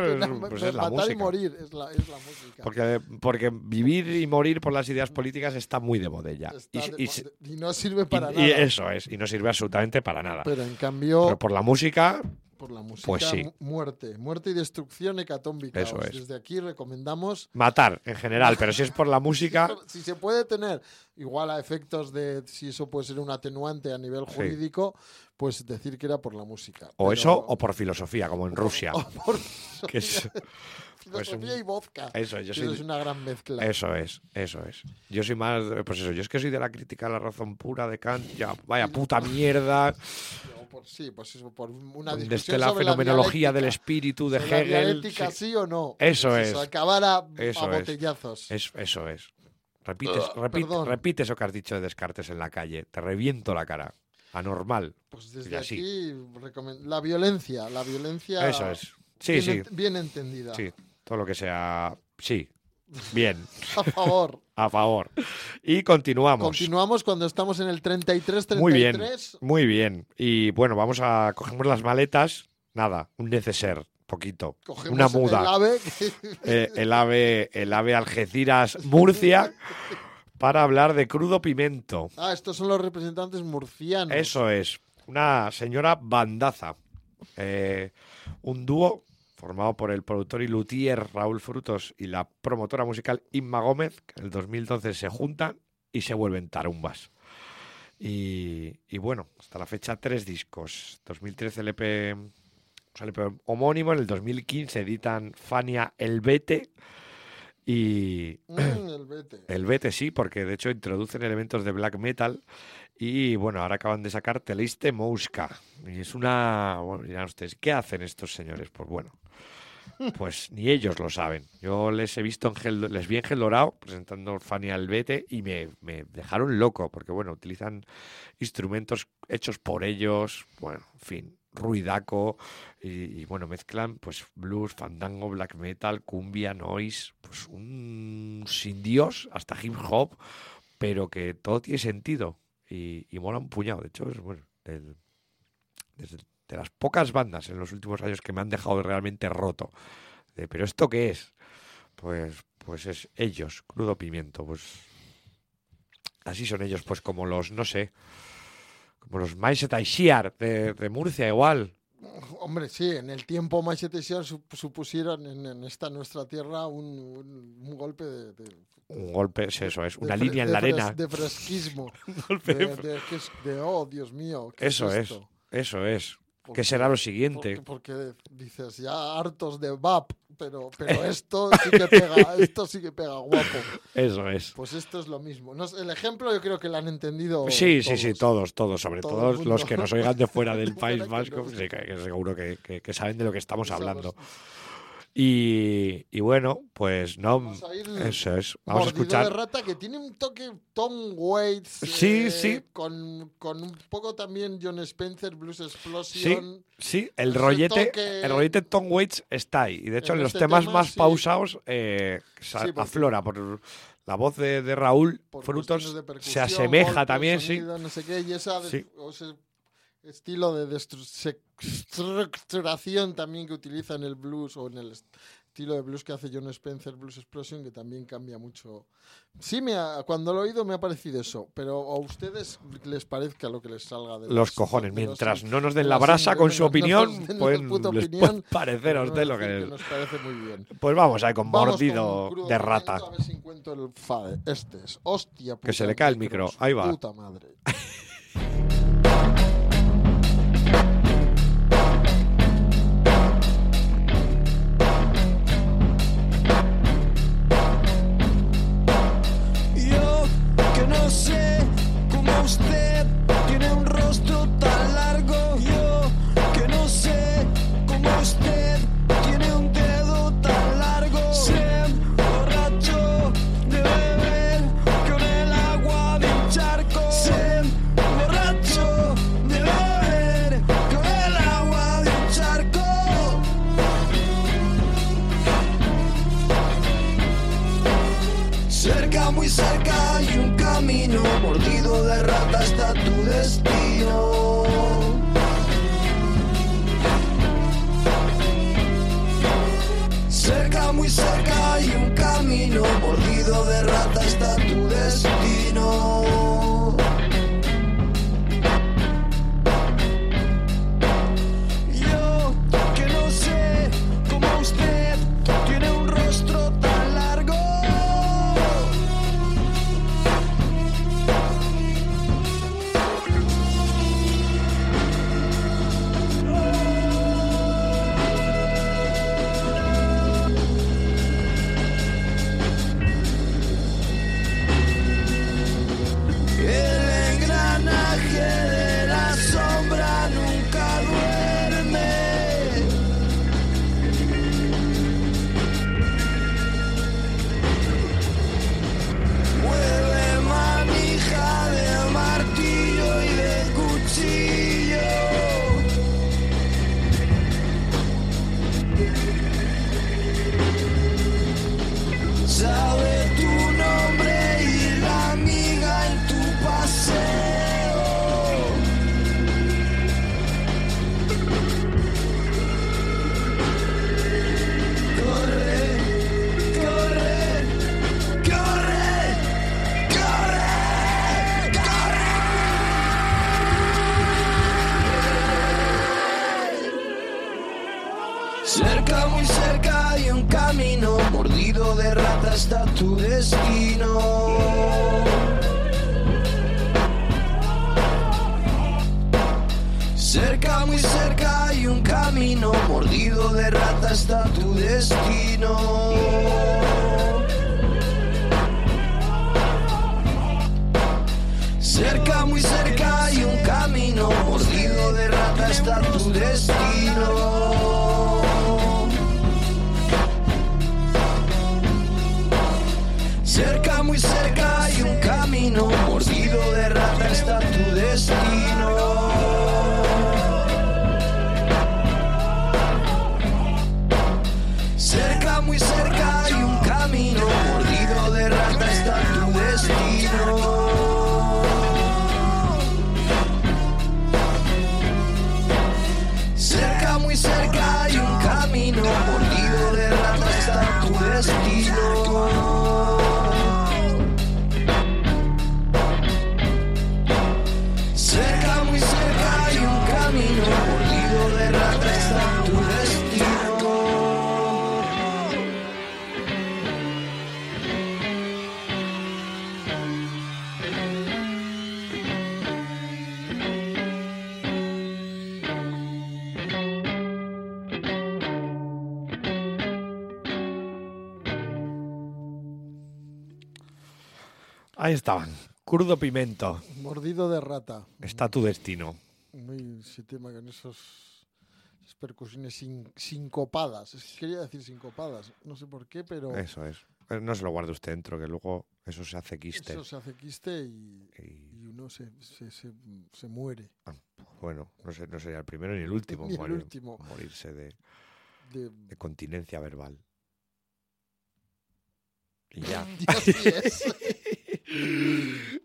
pues es la
matar y
música.
morir es la, es la música.
Porque, porque vivir y morir por las ideas políticas está muy de modella.
Está
Y,
de-
y-
y, no sirve
y-
para
y
nada.
eso es, y no sirve absolutamente para nada.
Pero en cambio,
Pero por la música,
por la música,
pues sí.
mu- muerte. Muerte y destrucción hecatómbica.
Eso es.
Desde aquí recomendamos,
matar en general. Pero si es por la
<laughs>
música,
si se puede tener, igual a efectos de si eso puede ser un atenuante a nivel
Sí.
jurídico, pues decir que era por la música.
o
Pero-
eso, o por filosofía, como en Rusia.
<laughs> o por
<laughs> que
<laughs>
es- Pues
filosofía
un-
y vodka.
eso, yo
Eso
soy-
es una gran mezcla.
eso es, eso es. Yo soy más, pues eso, yo es que soy de la crítica a la razón pura de Kant. Ya, vaya puta mierda.
O por- sí, pues eso, por una
Donde
discusión
esté la
sobre
fenomenología del
dialéctica.
espíritu de
Sobre la
Hegel.
dialéctica,
sí.
sí. o no?
Eso
Pues
es.
Acabar a, a
Eso es.
botellazos.
Es- eso es. Repites, repite,
Ah, perdón.
repite eso que has dicho de Descartes en la calle. Te reviento la cara. Anormal.
Pues
y
desde
así.
aquí, recomen- la violencia, la violencia
Eso es. Sí,
bien,
sí,
ent- bien entendida.
sí. Todo lo que sea. Sí. Bien.
A
<laughs>
favor.
A favor. Y continuamos.
Continuamos cuando estamos en el 33-33.
Muy bien. Muy bien. Y bueno, vamos a. Cogemos las maletas. Nada. Un neceser. Poquito.
Cogemos
una
el
muda.
ave que- <laughs>
Eh, El ave, el ave Algeciras Murcia. Para hablar de crudo pimento.
Ah, estos son los representantes murcianos.
Eso es. Una señora bandaza. Eh, un dúo formado por el productor y luthier Raúl Frutos y la promotora musical Inma Gómez, que en el 2012 se juntan y se vuelven tarumbas. Y, y bueno, hasta la fecha tres discos. 2013 el EP, o sea, el EP homónimo, en el 2015 editan Fania El Vete y,
Mm, el vete.
el Vete sí, porque de hecho introducen elementos de black metal y bueno, ahora acaban de sacar Teliste Mouska. Y es una... Bueno, dirán ustedes, ¿qué hacen estos señores? Pues bueno, pues ni ellos lo saben. Yo les he visto, en Gel- les vi en Gel Dorado presentando Fania El Vete y me, me dejaron loco, porque bueno, utilizan instrumentos hechos por ellos, bueno, en fin, ruidaco y, y, bueno, mezclan pues blues, fandango, black metal, cumbia, noise, pues un sin dios hasta hip hop, pero que todo tiene sentido y, y mola un puñado, de hecho es bueno, del- desde- de las pocas bandas en los últimos años que me han dejado realmente roto. De, pero esto qué es? Pues pues es ellos, crudo pimiento, pues así son ellos, pues como los no sé, como los Maiset Shear de, de Murcia igual.
Hombre, sí, en el tiempo Machete Sion sup- supusieron en, en esta nuestra tierra un, un- un golpe de, de-
Un golpe, es eso es,
de
una
fre-
línea en
de
la
fres-
arena.
De
<laughs>
fresquismo.
Un golpe
de,
de fre-
de- que es- de, oh, Dios mío. ¿qué
Eso es.
esto?
Eso es.
Porque-
¿Qué será lo
Porque,
siguiente?
porque dices, ya hartos de VAP, pero,
<laughs>
pero esto sí que pega, esto sí que pega guapo.
Eso es.
Pues esto es lo mismo. No sé, el ejemplo yo creo que lo han entendido.
Sí, sí, sí, todos,
todos.
todos, sobre
Todo
todo
el
los
mundo.
que nos
<laughs>
oigan de fuera del
De
País
fuera que
Vasco,
no-
sí, que- que seguro que, que- que saben de lo que estamos
Pues a los-
hablando. Y, y bueno, pues no.
Vamos a ir
Eso es. Vamos a
Mordido de
escuchar.
rata que tiene un toque Tom Waits. eh,
Sí, sí.
Con, con un poco también John Spencer, Blues Explosion.
Sí, el
ese
rollete,
toque-
el rollete Tom Waits está ahí. Y de hecho,
En
en los
este
temas
tema,
más
sí.
pausados eh, sa-
Sí, porque-
aflora. Por la voz de, de Raúl
por
Frutos
cuestiones de
se
percusión,
asemeja
golpes,
también,
sonido, No sé qué, y esa de-
Sí.
o ese estilo de destru- se- estructuración también que utiliza en el blues o en el est- estilo de blues que hace John Spencer, Blues Explosion, que también cambia mucho. Sí, me ha- cuando lo he oído me ha parecido eso, pero a ustedes les parezca lo que les salga de
sí. Los cojones,
de los-
mientras no nos
de
den la
los
brasa
hombres,
con su
no nos
opinión,
den la
pues
puta
les
opinión,
puede parecer a
Pero
usted
no
lo que
decir
es.
Nos parece muy bien.
Pues vamos ahí con
Vamos
mordido
con un crudo
de
momento
rata.
A ver si encuentro el fade. Este es. Hostia, puta,
se le cae el micro.
su
Ahí va.
Puta
<laughs>
madre.
Yo que no sé cómo usted tiene un rostro tan largo. Yo que no sé cómo usted tiene un dedo tan largo. Se borracho de beber con el agua de un charco. Se borracho de beber con el agua de un charco. Cerca, muy cerca hay un camino, mordido de rata hasta tu destino. Cerca, muy cerca hay un camino, mordido de rata hasta tu destino. Yo que no sé cómo usted tiene un rostro tan largo. El engranaje de la sombra nunca duerme. Mueve manija de martillo y de cuchillo. Sabe tu nombre y la amiga en tu paseo. Corre, corre, corre, corre, corre. Cerca, muy cerca hay un camino, mordido de rata hasta tu destino. Cerca, muy cerca hay un camino, mordido de rata hasta tu destino. Cerca, muy cerca hay un camino, mordido de rata hasta tu destino. Cerca, muy cerca hay un camino, mordido de rata hasta tu destino. Cerca, muy cerca hay un camino, mordido de rata hasta tu destino. Cerca, muy cerca hay un camino, mordido de rata hasta tu destino. Cerca, muy cerca hay un camino, mordido de rata hasta tu destino.
Ahí estaban. Crudo pimento.
Mordido de rata.
Está tu destino.
Muy, ese tema con esos, Las percusiones sin, sincopadas. Es que Quería decir sincopadas. No sé por qué, pero
Eso es. Eh, No se lo guarde usted dentro, que luego eso se hace quiste.
eso se hace quiste y,
Y,
y uno se, se, se- se muere.
ah, bueno, no, sé, no sería el primero ni el último en
<laughs> Ni el
morir-
último.
morirse de,
De-
de continencia verbal. Y
<laughs>
ya. <laughs>
Así es.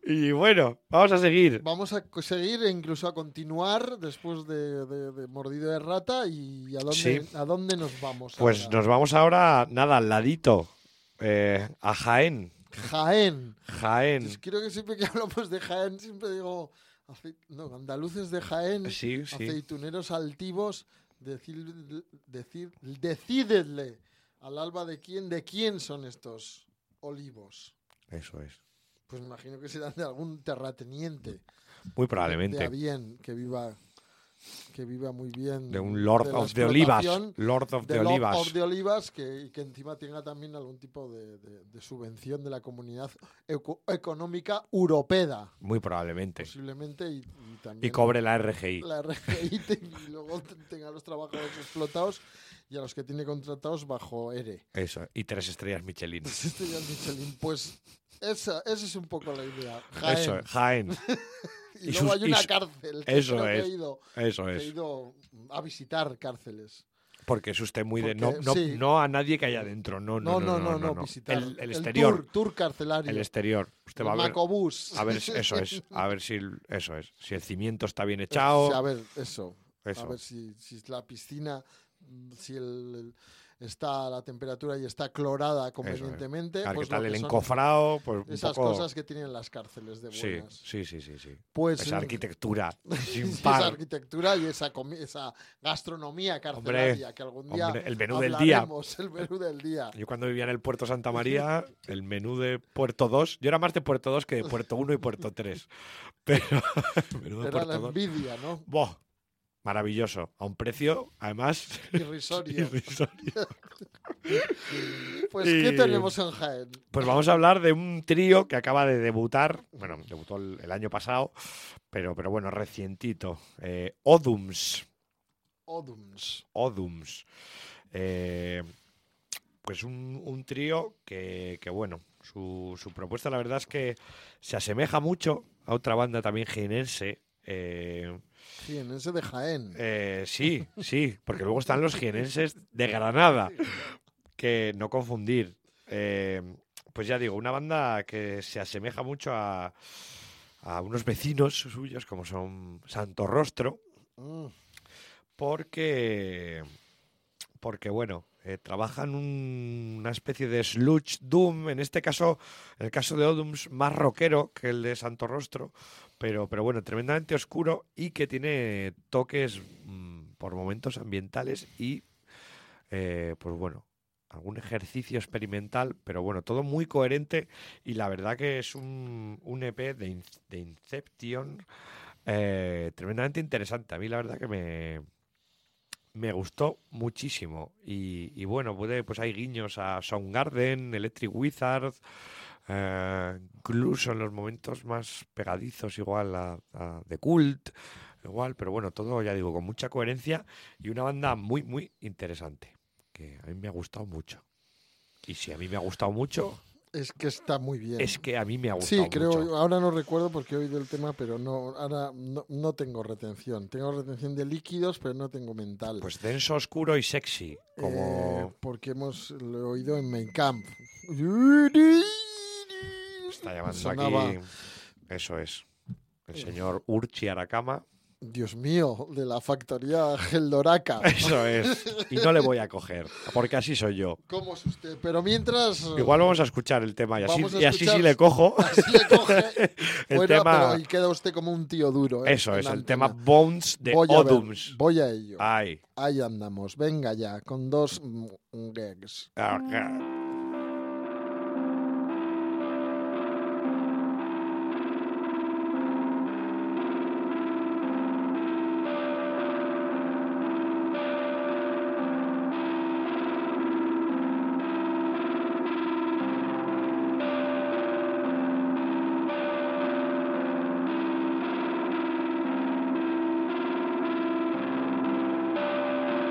y bueno, vamos a seguir.
Vamos a co- seguir e incluso a continuar después de, de- de Mordido de Rata y a dónde,
Sí.
a dónde nos vamos.
Pues
ahora?
nos vamos ahora, nada, al ladito, eh, a Jaén.
Jaén.
Jaén.
Entonces, creo que siempre que hablamos de Jaén siempre digo, ace- no, andaluces de Jaén,
Sí, sí.
aceituneros altivos, decir, decir, decídedle al alba de quién, de quién son estos olivos.
Eso es.
Pues me imagino que serán de algún terrateniente.
Muy
De a
probablemente.
bien, que viva, que viva muy bien.
De un Lord
la
of the Olivas.
explotación,
Lord of
de
the
Lord
Olivas.
of the Olivas, que, y que encima tenga también algún tipo de, de- de subvención de la comunidad eco- económica europea,
Muy probablemente.
posiblemente, y, y
Y
también
cobre la RGI.
la RGI te- y luego te- tenga a los trabajadores explotados y a los que tiene contratados bajo E ERE.
Eso. Y tres estrellas Michelin.
Pues esto ya es Michelin. Pues esa, esa es un poco la idea. Jaén.
Eso es. Jaén.
Y,
Y
luego
sus-
hay
y
una
su-
cárcel. que
eso
creo que he
es.
ido-
Eso
he
es.
ido a visitar cárceles.
Porque es usted muy de. No,
Porque,
no,
sí.
no a nadie que haya adentro. No, no, no. no, no, no.
visitar.
El, el exterior.
tour, tour carcelario.
El exterior. Usted
el
va a ver.
macobús.
A ver, eso
<laughs>
es. Ah, A ver si eso es. Si el cimiento está bien echado.
Eh, Sí, a ver, eso. A
Eso.
ver si, si la piscina, mm, si el- el- está a la temperatura y está clorada convenientemente.
A ver qué
pues lo
tal
que
el
son
encofrado. Pues un
Esas
poco.
cosas que tienen las cárceles de
sí,
buenas.
sí, sí, sí, sí.
Pues
Esa
mm, <laughs>
arquitectura. Sin
esa
par.
arquitectura y esa, comi- esa gastronomía carcelaria que algún día
Hombre, el menú del día.
hablaremos, el menú del día.
Yo cuando vivía en el puerto Santa María, el menú de puerto 2, yo era más de puerto 2 que de puerto 1 y puerto 3. Pero el <laughs> menú de
Era la
puerto 2,
envidia,
<laughs>
¿no?
¡buah! maravilloso, a un precio además <laughs>
Irrisorio.
irrisorio.
Pues, ¿qué
Y-
tenemos en Jaén?
Pues vamos a hablar de un trío que acaba de debutar, bueno, debutó el, el año pasado, pero, pero bueno, recientito. Eh, Odums,
Odums.
Odums. Eh, pues un, un trío que, que, bueno, su, su propuesta la verdad es que se asemeja mucho a otra banda también jienense. Eh,
Jienense de Jaén.
eh, sí, sí, porque luego están los jienenses de Granada, que no confundir. Eh, pues ya digo, una banda que se asemeja mucho a, a unos vecinos suyos como son Santo Rostro,
Mm,
porque porque bueno eh, trabajan un- una especie de sludge doom en este caso en el caso de Odums más rockero que el de Santo Rostro pero pero bueno tremendamente oscuro y que tiene toques mm, por momentos ambientales y eh, pues bueno algún ejercicio experimental pero bueno todo muy coherente y la verdad que es un, un EP de, In- de Inception eh, tremendamente interesante a mí la verdad que me me gustó muchísimo. Y, y bueno, puede, pues hay guiños a Soundgarden, Electric Wizard, eh, incluso en los momentos más pegadizos, igual a, a The Cult, igual, pero bueno, todo ya digo, con mucha coherencia y una banda muy, muy interesante, que a mí me ha gustado mucho. Y si a mí me ha gustado mucho,
Es que está muy bien.
es que a mí me ha gustado
sí, creo,
mucho.
ahora no recuerdo porque he oído el tema, pero no, ahora no, no tengo retención. Tengo retención de líquidos, pero no tengo mental.
Pues denso, oscuro y sexy, como...
Eh, porque hemos lo he oído en Main Camp.
Está llamando
Sonaba-
aquí. Eso es. El señor Urchi Aracama.
Dios mío, de la factoría
<laughs>
Geldoraca.
Eso es. Y no le voy a coger, porque así soy yo.
¿Cómo es usted? Pero mientras...
Igual vamos a escuchar el tema y así,
Vamos a
y así
escuchar-
sí le cojo.
<laughs> Así le coge
<laughs> El
fuera,
tema-
pero y queda usted como un tío duro. ¿eh?
Eso
En
es,
la
el tema
antena.
Bones de
voy a ver,
Odums. Ah.
voy a ello.
Ay.
Ahí andamos. Venga ya, con dos mm, gags.
ah, ah.
Thank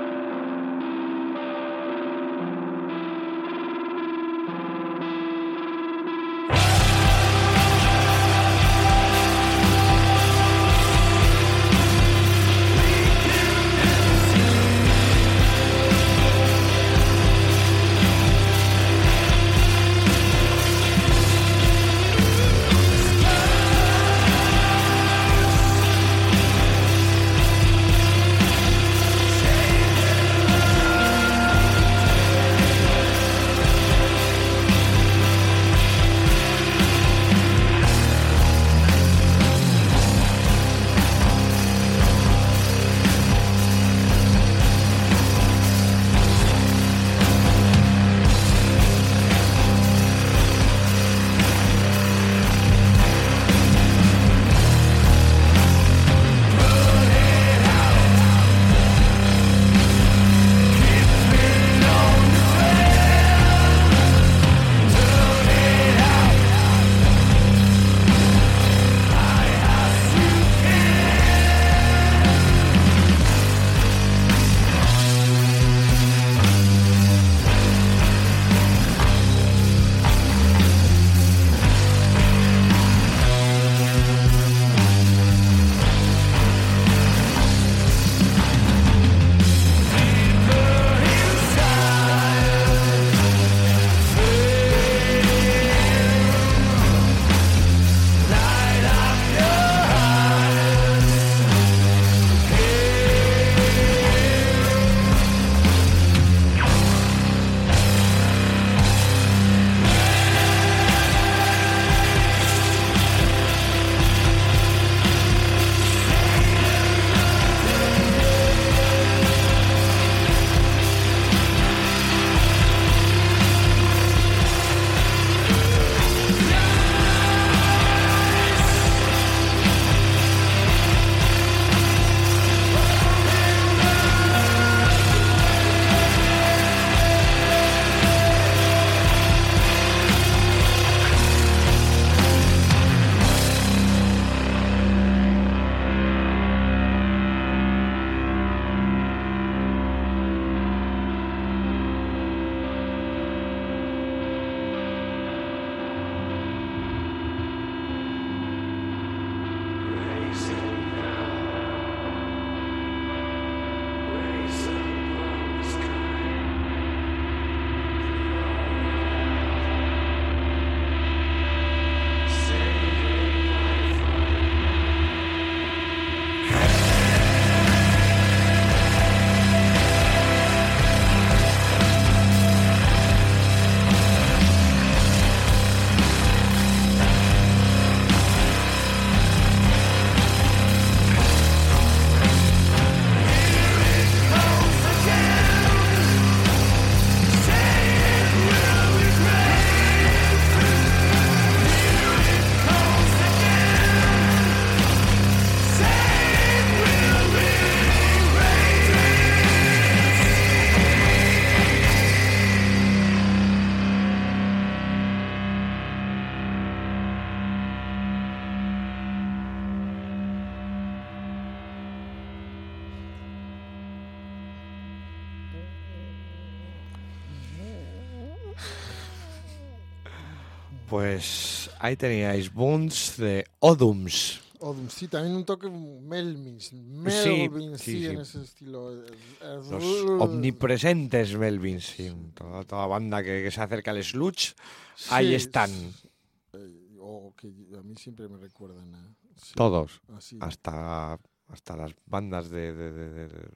Pues ahí teníais Boons de Odums.
Odum, Oh, sí, también un toque Melvins.
Sí,
Melvins, sí,
sí, sí.
en ese estilo. Es- es-
Los
Uh.
omnipresentes Melvins. sí. Toda, toda banda que, que se acerca al Sludge,
Sí,
ahí están.
es- eh, o que a mí siempre me recuerdan a. sí,
Todos.
así.
Hasta, hasta las bandas de, de- de- de- de-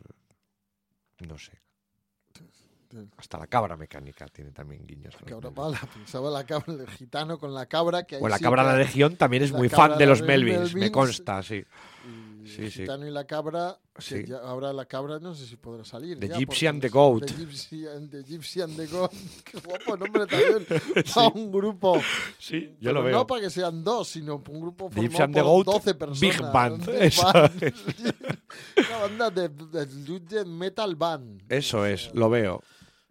No sé.
de-
Hasta la cabra mecánica tiene también guiños. a los
Cabra
Melvins.
mala, pensaba la cabra, el gitano con la cabra. Que ahí
O la
sí
cabra de
que-
la legión también es
la
muy
cabra
fan
de
de los
los
Melvins, me
Melvins.
consta, sí.
Y
Sí,
el
sí.
gitano y la cabra. que
Sí.
ya- ahora la cabra no sé si podrá salir.
The
ya,
Gypsy
porque
and the
no sé,
Goat.
The Gypsy and the, Gypsy and the Goat. <laughs> Qué guapo
<laughs>
nombre también. A un grupo.
Sí, yo
Pero
lo veo.
No para que sean dos, sino un grupo
The Gypsy
formado
and the
por
Goat,
12 personas.
Big Band,
Big <laughs>
eso
Band. Una banda de, de sludge metal band.
Eso es, lo veo.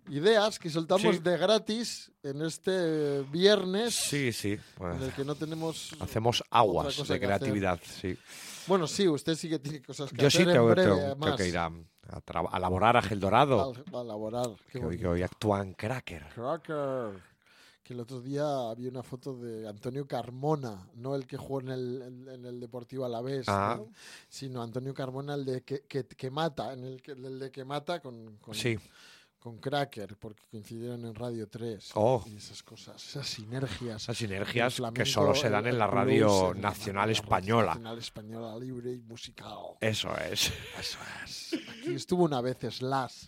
Ideas que soltamos
Sí.
de gratis en este viernes.
Sí, sí.
En
bueno,
el que no tenemos.
hacemos aguas
cosa
de
que hacer.
creatividad, sí.
Bueno, sí, usted sí que tiene cosas que
Yo
hacer
sí tengo,
en breve,
tengo- tengo
además.
que ir a, a tra- a laborar a Gel Dorado,
a, a elaborar.
que
Qué
hoy, que
bonito.
hoy actúan Cracker.
Cracker. Que el otro día había una foto de Antonio Carmona, no el que jugó en el, en, en el Deportivo Alavés,
Ah.
¿no? sino Antonio Carmona, el de que, que- que mata, en el, que- el de que mata con, con,
Sí,
con Cracker, porque coincidieron en Radio 3
Oh.
y esas cosas, esas sinergias.
esas sinergias
El
que
flamenco,
solo se dan
el-
en la
el
radio
blues, en la-
nacional
en la radio
española.
Nacional española libre y musical.
Eso es.
Eso es. Aquí estuvo una vez Slash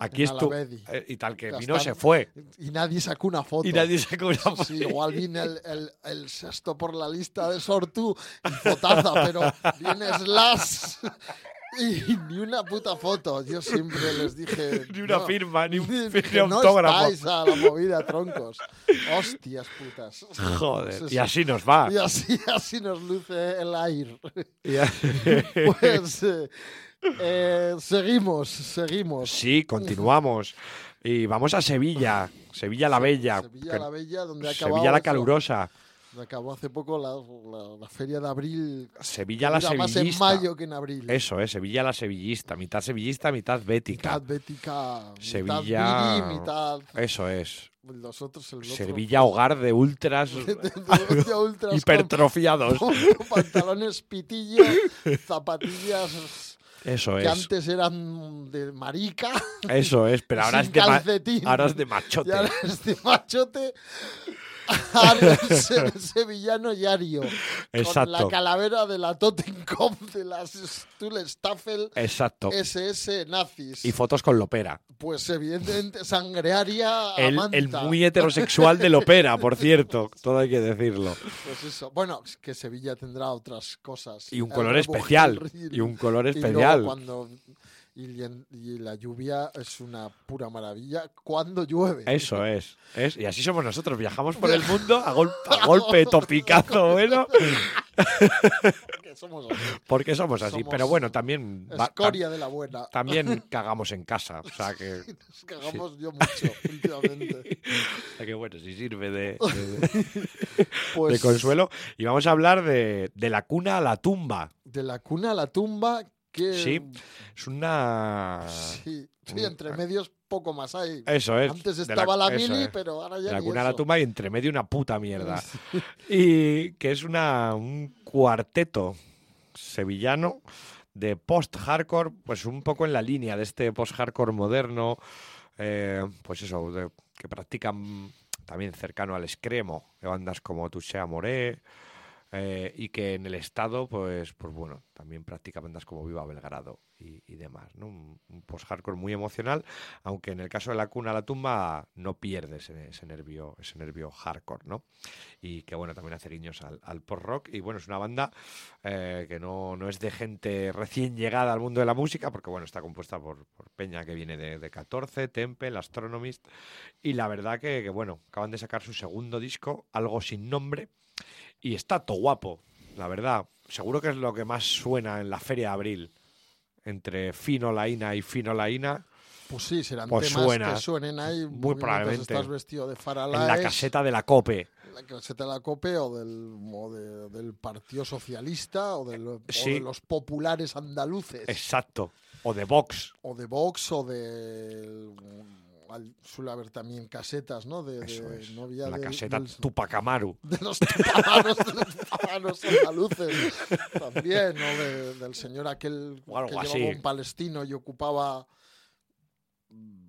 Aquí
En
estuvo.
Alavedi.
Y tal que
Ya
vino
están.
se fue.
y nadie sacó una foto.
Y nadie sacó una
Sí, sí, igual viene el, el- el sexto por la lista de Sortu y fotaza, pero viene Slash y ni una puta foto. Yo siempre les dije.
<laughs> Ni una
"No,
firma, ni
<laughs> ni-
un,
que
ni autógrafo.
No estáis a la movida, troncos. Hostias putas.
Joder,
Eso
y
sí.
así nos va.
Y así, así nos luce
<laughs>
el aire.
Y a-
Pues eh, eh, seguimos,
<laughs>
seguimos.
Sí, continuamos. Y vamos a Sevilla, Sevilla la Bella.
Sevilla
que-
la Bella, donde
Sevilla
acabó
la Calurosa,
Acabó hace poco la, la- la feria de abril.
Sevilla la
Dura más en
Sevillista.
mayo que en abril.
Eso, eh, Sevilla la Sevillista, mitad sevillista, mitad bética.
Mitad bética,
Sevilla-
mitad Billy, mitad
Eso es.
los otros, el otro.
Sevilla hogar de ultras
<laughs> De- de- de- de ultras <laughs>
hipertrofiados.
con- con
<laughs>
pantalones pitillo, zapatillas
Eso
que
es.
antes eran de marica,
Eso es, pero ahora
sin
es de ma-
calcetín.
ahora es de
<laughs>
machote.
y ahora es de machote. Ahora
<laughs>
es el sevillano Yario. Con la
Exacto.
calavera de la Tottenham, de las Stuhlstaffel
Exacto.
SS nazis.
Y fotos con Lopera.
Pues evidentemente sangrearia
El,
amanta.
el muy heterosexual de Lopera,
<laughs>
por cierto. Todo hay que decirlo.
Pues eso. Bueno, es que Sevilla tendrá otras cosas.
Y un
El
color
rebujo, <laughs>
especial.
el río.
Y un color
Y luego
especial.
cuando- y, en- y la lluvia es una pura maravilla cuando llueve.
Eso es, es. Y así somos nosotros. Viajamos por el mundo a, gol- a golpe de topicazo, bueno.
<laughs> Que somos así.
Porque somos así.
Somos
Pero bueno, también. va-
escoria de la buena.
tam-
<laughs>
también cagamos en casa. O sea que.
Nos cagamos
<laughs>
yo mucho últimamente.
o sea que bueno, si sirve de, de-
<laughs> Pues,
de consuelo. Y vamos a hablar de, de la cuna a la tumba.
De la cuna a la tumba que... Ah.
Sí. Ah. Es una.
Sí, sí, entre medios poco más hay.
Eso es.
Antes
Eh, de
estaba la,
eso
mili,
es.
pero ahora ya
De la
ni
cuna a la
eso.
tumba y entre medio una puta mierda. Y que es una, un cuarteto sevillano de post-hardcore, pues un poco en la línea de este post-hardcore moderno, eh, pues eso, de- que practican también cercano al extremo, de bandas como Touché Amoré, eh, y que en el Estado, pues, pues bueno, también practica bandas como Viva Belgrado y, y demás, ¿no? Un, un post-hardcore muy emocional, aunque en el caso de La Cuna a la Tumba no pierde ese, ese nervio, ese nervio hardcore, ¿no? y que bueno, también hace guiños al, al pop rock. Y bueno, es una banda eh, que no, no es de gente recién llegada al mundo de la música, porque bueno, está compuesta por, por Peña que viene de, de 14, Temple, Astronomist. Y la verdad que, que, bueno, acaban de sacar su segundo disco, algo sin nombre, y está todo guapo, la verdad. Seguro que es lo que más suena en la feria de abril. Entre Finolaina y Finolaina,
Pues sí, serán
Pues
temas
suena.
que suenen ahí.
Muy
mientras
probablemente.
Estás vestido de faralaes.
en la caseta de la COPE.
La caseta de la COPE o del, o de- del Partido Socialista o de, lo- o
sí.
de los populares andaluces.
Exacto. O de Vox.
O de Vox o de... al- suele haber también casetas, ¿no? De, de
Eso es.
Eh, novia
la
del-
caseta
del-
Tupac Amaru.
de los tapados, de los tapados andaluces también, ¿no? De- del señor aquel
O algo
que llevaba
así.
un palestino y ocupaba mm,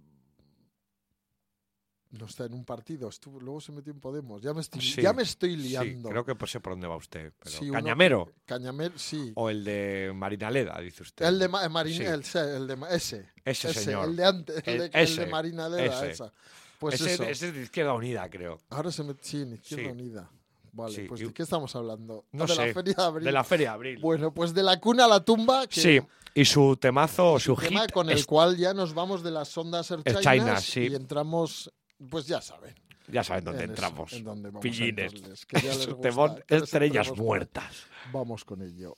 no está en un partido, estuvo, luego se metió en Podemos. Ya me estoy,
Sí,
ya me estoy
Sí,
liando.
creo que pues, sé por dónde va usted. pero-
Sí, uno-
Cañamero
Cañamer, sí.
o el de Marinaleda, dice usted.
El de Ma- Marin,
Sí.
el, se- el de Ma- ese,
Ese señor.
el de antes, el,
El-
de- el
ese,
de Marina Leda,
ese.
esa. Pues
ese,
eso.
ese es de Izquierda Unida, creo.
Ahora se metió sí, en Izquierda
Sí.
Unida. Vale,
Sí,
pues
y-
¿de qué estamos hablando?
No
de
sé,
la Feria de Abril.
De la Feria de Abril.
Bueno, pues de la cuna a la tumba, que
sí, y su temazo, su
tema
hit,
con el
es-
cual ya nos vamos de las ondas
China,
herchainas
sí.
y entramos, pues ya saben,
ya saben dónde
en eso,
entramos.
en dónde vamos a
Pillines.
entrarles, que ya
<laughs> Es
les
un
gusta,
temón,
que les
estrellas
entremos-
muertas.
Vamos con ello.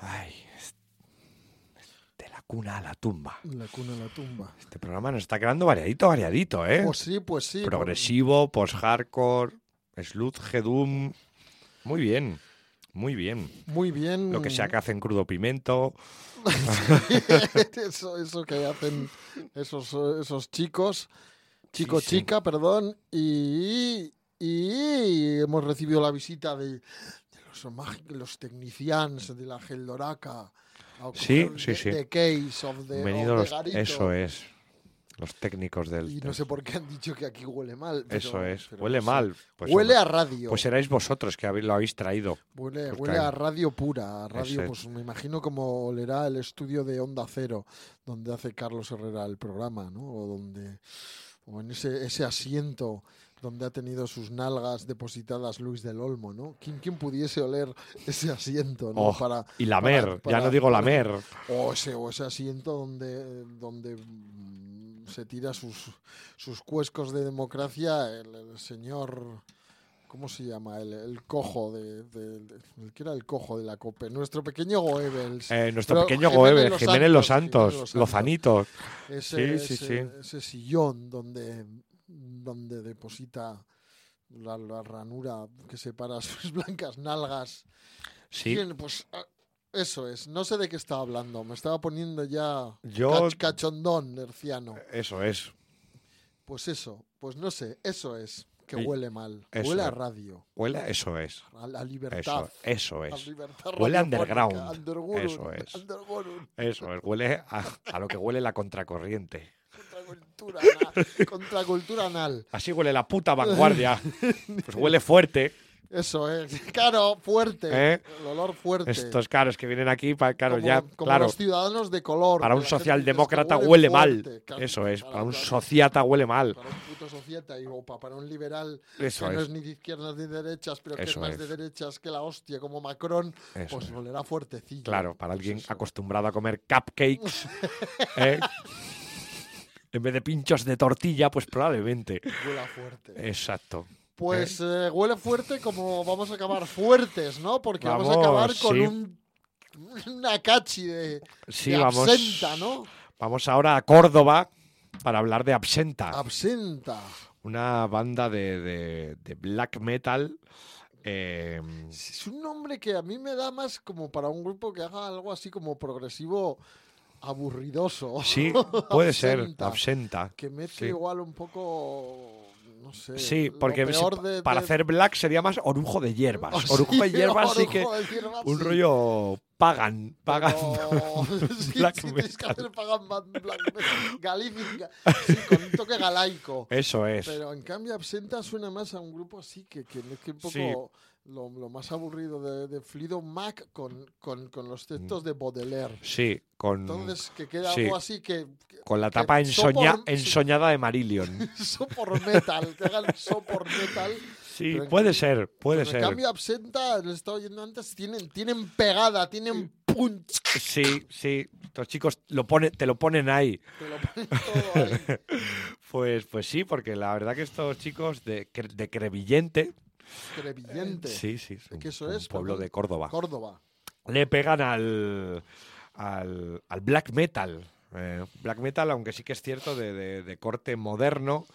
Ay, es- de la cuna a la tumba.
La cuna a la tumba.
Este programa nos está quedando variadito, variadito, ¿eh?
Pues sí, pues sí.
Progresivo, post-hardcore, sludge doom. Muy bien, muy bien.
Muy bien.
Lo que sea que hacen crudo pimento.
<laughs> eso, eso que hacen esos, eh, esos chicos, chico
sí.
chica, perdón, y, y hemos recibido la visita de, de los, mag- los technicians de la Geldoraca. a
Sí,
coger
sí,
the-
sí.
the case of the-
Venido
of the
los-
garito.
Eso es. Los técnicos del.
Y no
del-
sé por qué han dicho que aquí huele mal. pero-
Pues Eso es.
pero
Huele
no sé.
mal. Pues
huele
hombre,
a radio.
Pues seráis vosotros que habéis- lo habéis traído.
Huele,
Pues
huele
claro.
a radio pura, a radio,
Ese-
pues me imagino como olerá el estudio de Onda Cero, donde hace Carlos Herrera el programa, ¿no? O donde, o en ese, ese asiento donde ha tenido sus nalgas depositadas Luis del Olmo, ¿no? ¿Quién, quién pudiese oler ese asiento, ¿no?
Oh,
Para,
Y lamer.
Para-
ya
para-
no digo eh, lamer.
o ese, o ese asiento donde, donde mm, se tira sus, sus cuescos de democracia el, el señor, ¿cómo se llama? El, el cojo de, de- de- el que era el cojo de la COPE, nuestro pequeño Goebbels.
Eh, nuestro
Pero
pequeño
Jiménez
Goebe,
Los
Jiménez Los
Santos,
Santos,
Jiménez Los Santos.
Lozanito.
ese,
sí, sí,
ese-
sí.
ese sillón donde, donde deposita la, la ranura que separa <laughs> sus blancas nalgas.
Sí,
Bien, pues ah, eso es. No sé de qué estaba hablando. Me estaba poniendo ya
Yo- Eh.
cach- cachondón nerciano.
eso es.
Pues eso, pues no sé, eso es que
Y-
huele mal.
eso
huele a
es.
radio,
Huele, a- eso es.
a la libertad.
Eso, eso
a
es.
libertad
Huele a
radiofónica,
underground,
undergurun,
eso es.
undergurun,
Eso es. Huele a, a lo que huele la contracorriente.
contracultura anal. contracultura anal.
Así huele la puta
<laughs>
vanguardia. Pues huele fuerte.
Eso es. <laughs> Claro, fuerte.
¿Eh?
El olor fuerte.
Estos caros que vienen aquí, para, claro,
como,
ya,
como
claro.
los ciudadanos de color.
Para
que
un
la gente
socialdemócrata
dice, "Es que
huele mal.
fuerte". Claro,
Eso es.
claro,
Para un
claro.
sociata huele mal.
Para un puto societa y o pa- para un liberal
Eso
que no
es.
es ni de izquierdas ni de derechas, pero que
Eso
es más
es.
de derechas que la hostia, como Macron,
Eso
pues
es.
olerá fuertecillo.
Claro, para
Pues
alguien
eso.
acostumbrado a comer
<laughs>
cupcakes. ¿eh? En vez de pinchos de tortilla, pues probablemente.
Huela
Eh,
fuerte.
Exacto.
Pues eh, huele fuerte como vamos a acabar fuertes, ¿no? Porque vamos, a acabar
Vamos,
con
sí.
un una cachi de,
Sí,
de
vamos.
absenta, ¿no?
Vamos ahora a Córdoba para hablar de Absenta,
Absenta.
una banda de, de- de black metal. eh,
Es un nombre que a mí me da más como para un grupo que haga algo así como progresivo aburridoso.
sí, puede ser,
Absenta.
Absenta.
que
Sí.
mezcle igual un poco no sé
Sí,
lo
porque si-
peor de-
para
de- <laughs> Ah, Oh,
hacer black sería más orujo de hierbas.
Sí,
orujo de hierbas sí que...
orujo de hierbas,
Un
sí,
rollo pagan, pagan. <laughs>
pero- <laughs> sí,
black
sí, tienes que
metal.
hacer pagan band-
<laughs>
black metal, galicia, sí, con un toque galaico
Eso es.
pero en cambio absenta suena más a un grupo así que, que mezcle un poco
Sí.
lo, lo más aburrido de, de Fleetwood Mac con, con, con los textos de Baudelaire
Sí, con,
entonces que queda
Mm. Sí.
algo así que, <laughs> que
con la
que
tapa ensoña-
sopor- sí.
ensoñada de Marillion.
sopor metal que hagan sopor metal
Sí,
Pero en
puede
cambio-
ser, puede
Pero
ser.
En cambio, absenta, lo estaba oyendo antes, tienen, tienen pegada, tienen punch.
Sí, sí. Los chicos lo pone, te lo ponen ahí.
Te lo ponen todo
<laughs>
ahí.
Pues, pues sí, porque la verdad que estos chicos de, Cre- de Crevillente,
Crevillente.
sí, sí, es
¿De
un,
qué eso
un
es?
pueblo
Perdón.
de Córdoba,
Córdoba.
le pegan al, al, al black metal. Eh, black metal, aunque sí que es cierto, de, de- de corte moderno,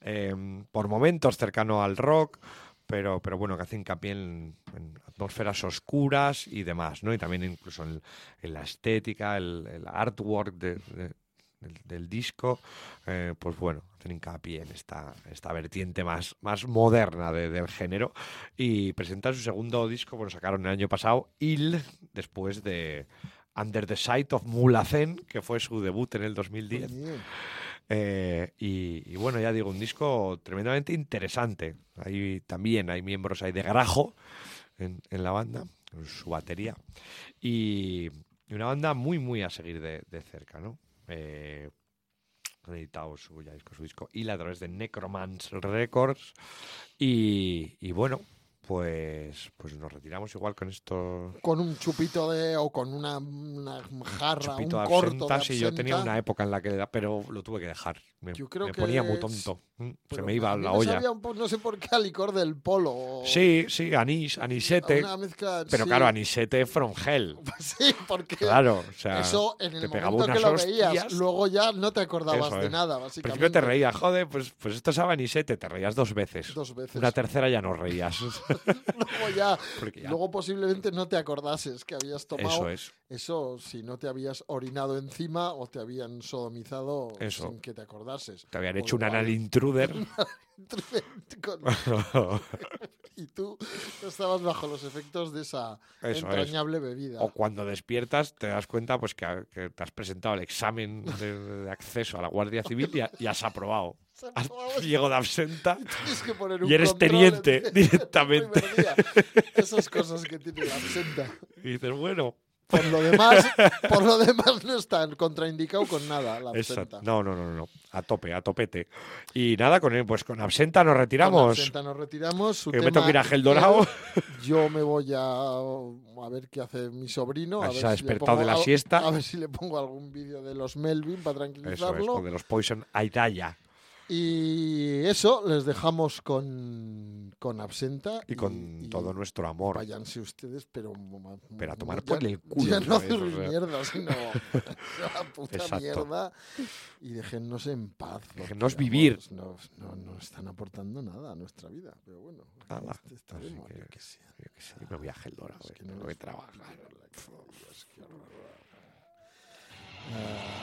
eh, por momentos cercano al rock, pero, pero bueno, que hace hincapié en, en atmósferas oscuras y demás, ¿no? Y también incluso en, en la estética, el, el artwork de- de- del, del disco, eh, pues bueno, hacen hincapié en esta, esta vertiente más, más moderna de- del género y presentan su segundo disco, bueno, sacaron el año pasado, Il, después de Under the Sight of Mulacen, que fue su debut en el 2010.
Oye,
Eh, y, y bueno, ya digo, un disco tremendamente interesante. Ahí también hay miembros ahí de Grajo en, en la banda, en su batería. Y, y una banda muy, muy a seguir de, de cerca, ¿no? Eh, han editado su, ya disco, su disco y a través de Necromance Records. Y, y bueno, pues, pues nos retiramos igual con esto.
Con un chupito de. o con una, una jarra,
Chupito
un
de
corto. de
absenta, sí, yo tenía
absenta.
una e- época en la que, pero lo tuve que dejar. Me,
Yo creo
me
que
ponía muy
es-
tonto. Mm, Se
Pero
me iba
a mí
la
me
olla.
sabía un po- no sé por qué a licor del polo. o
Sí, sí, anís,
a
anisete.
Una mezcla.
Pero
sí.
claro,
<laughs>
anisete from hell.
Sí, porque.
Claro, o sea.
Eso en
te
el
pegaba
momento que
unas
lo veías,
hostias.
luego ya no te acordabas
Eso
de
es.
nada,
Al
básicamente.
principio te reías, joder, pues, pues esto es anisete, te reías dos veces.
Dos veces. <laughs>
Una tercera ya no reías. <laughs>
luego ya.
Porque ya-
Luego posiblemente no te acordases que habías tomado
eso es.
Eso si no te habías orinado encima o te habían sodomizado
Eso.
sin que te acordases.
Te habían
Con
hecho un
lo cual,
anal
<laughs>
intruder. <laughs>
con- y tú estabas bajo los efectos de esa
Eso es.
entrañable bebida.
O cuando despiertas te das cuenta pues que, que te has presentado el examen de, de acceso a la Guardia Civil y, ha- y has
<laughs>
aprobado.
Se
Has
acababa y
ciego de absenta.
tienes que poner un
y eres
control
teniente
en- en el
directamente.
primer día. Esas cosas que tiene la absenta.
<laughs> Y dices, bueno,
Por lo demás, por lo demás no está contraindicado con nada la
esa-
absenta.
no, no, no, no, a tope, a topete. Y nada, con él, pues con absenta nos
Con
retiramos.
Absenta nos retiramos. Su
Que me
tema
tengo que ir a Gel Dorado.
Yo me voy a, a ver qué hace mi sobrino.
Ah,
A
se
ver
ha
si le
despertado de
pongo
la
al-
siesta.
A ver si le pongo algún vídeo de los Melvin para
Eso es,
tranquilizarlo.
con de los Poison Aidaya.
y eso, les dejamos con, con Absenta.
Y con
Mm, y
todo nuestro amor.
Váyanse ustedes, pero. ma-
Pero a tomar
ya-
por el culo
Ya
otra
no
vez,
hacer
o sea. <laughs>
mierda, sino. la puta
Exacto.
mierda. Y déjennos en paz. porque,
Déjennos
vamos,
vivir.
No, no, no están aportando nada a nuestra vida, pero bueno. aquí
Nada,
est- estaremos,
así que-
este, yo qué sé.
Yo qué sé, yo me voy a Gel Dorado,
Es
eh,
que no
tengo
nos-
que trabajar.
Ah.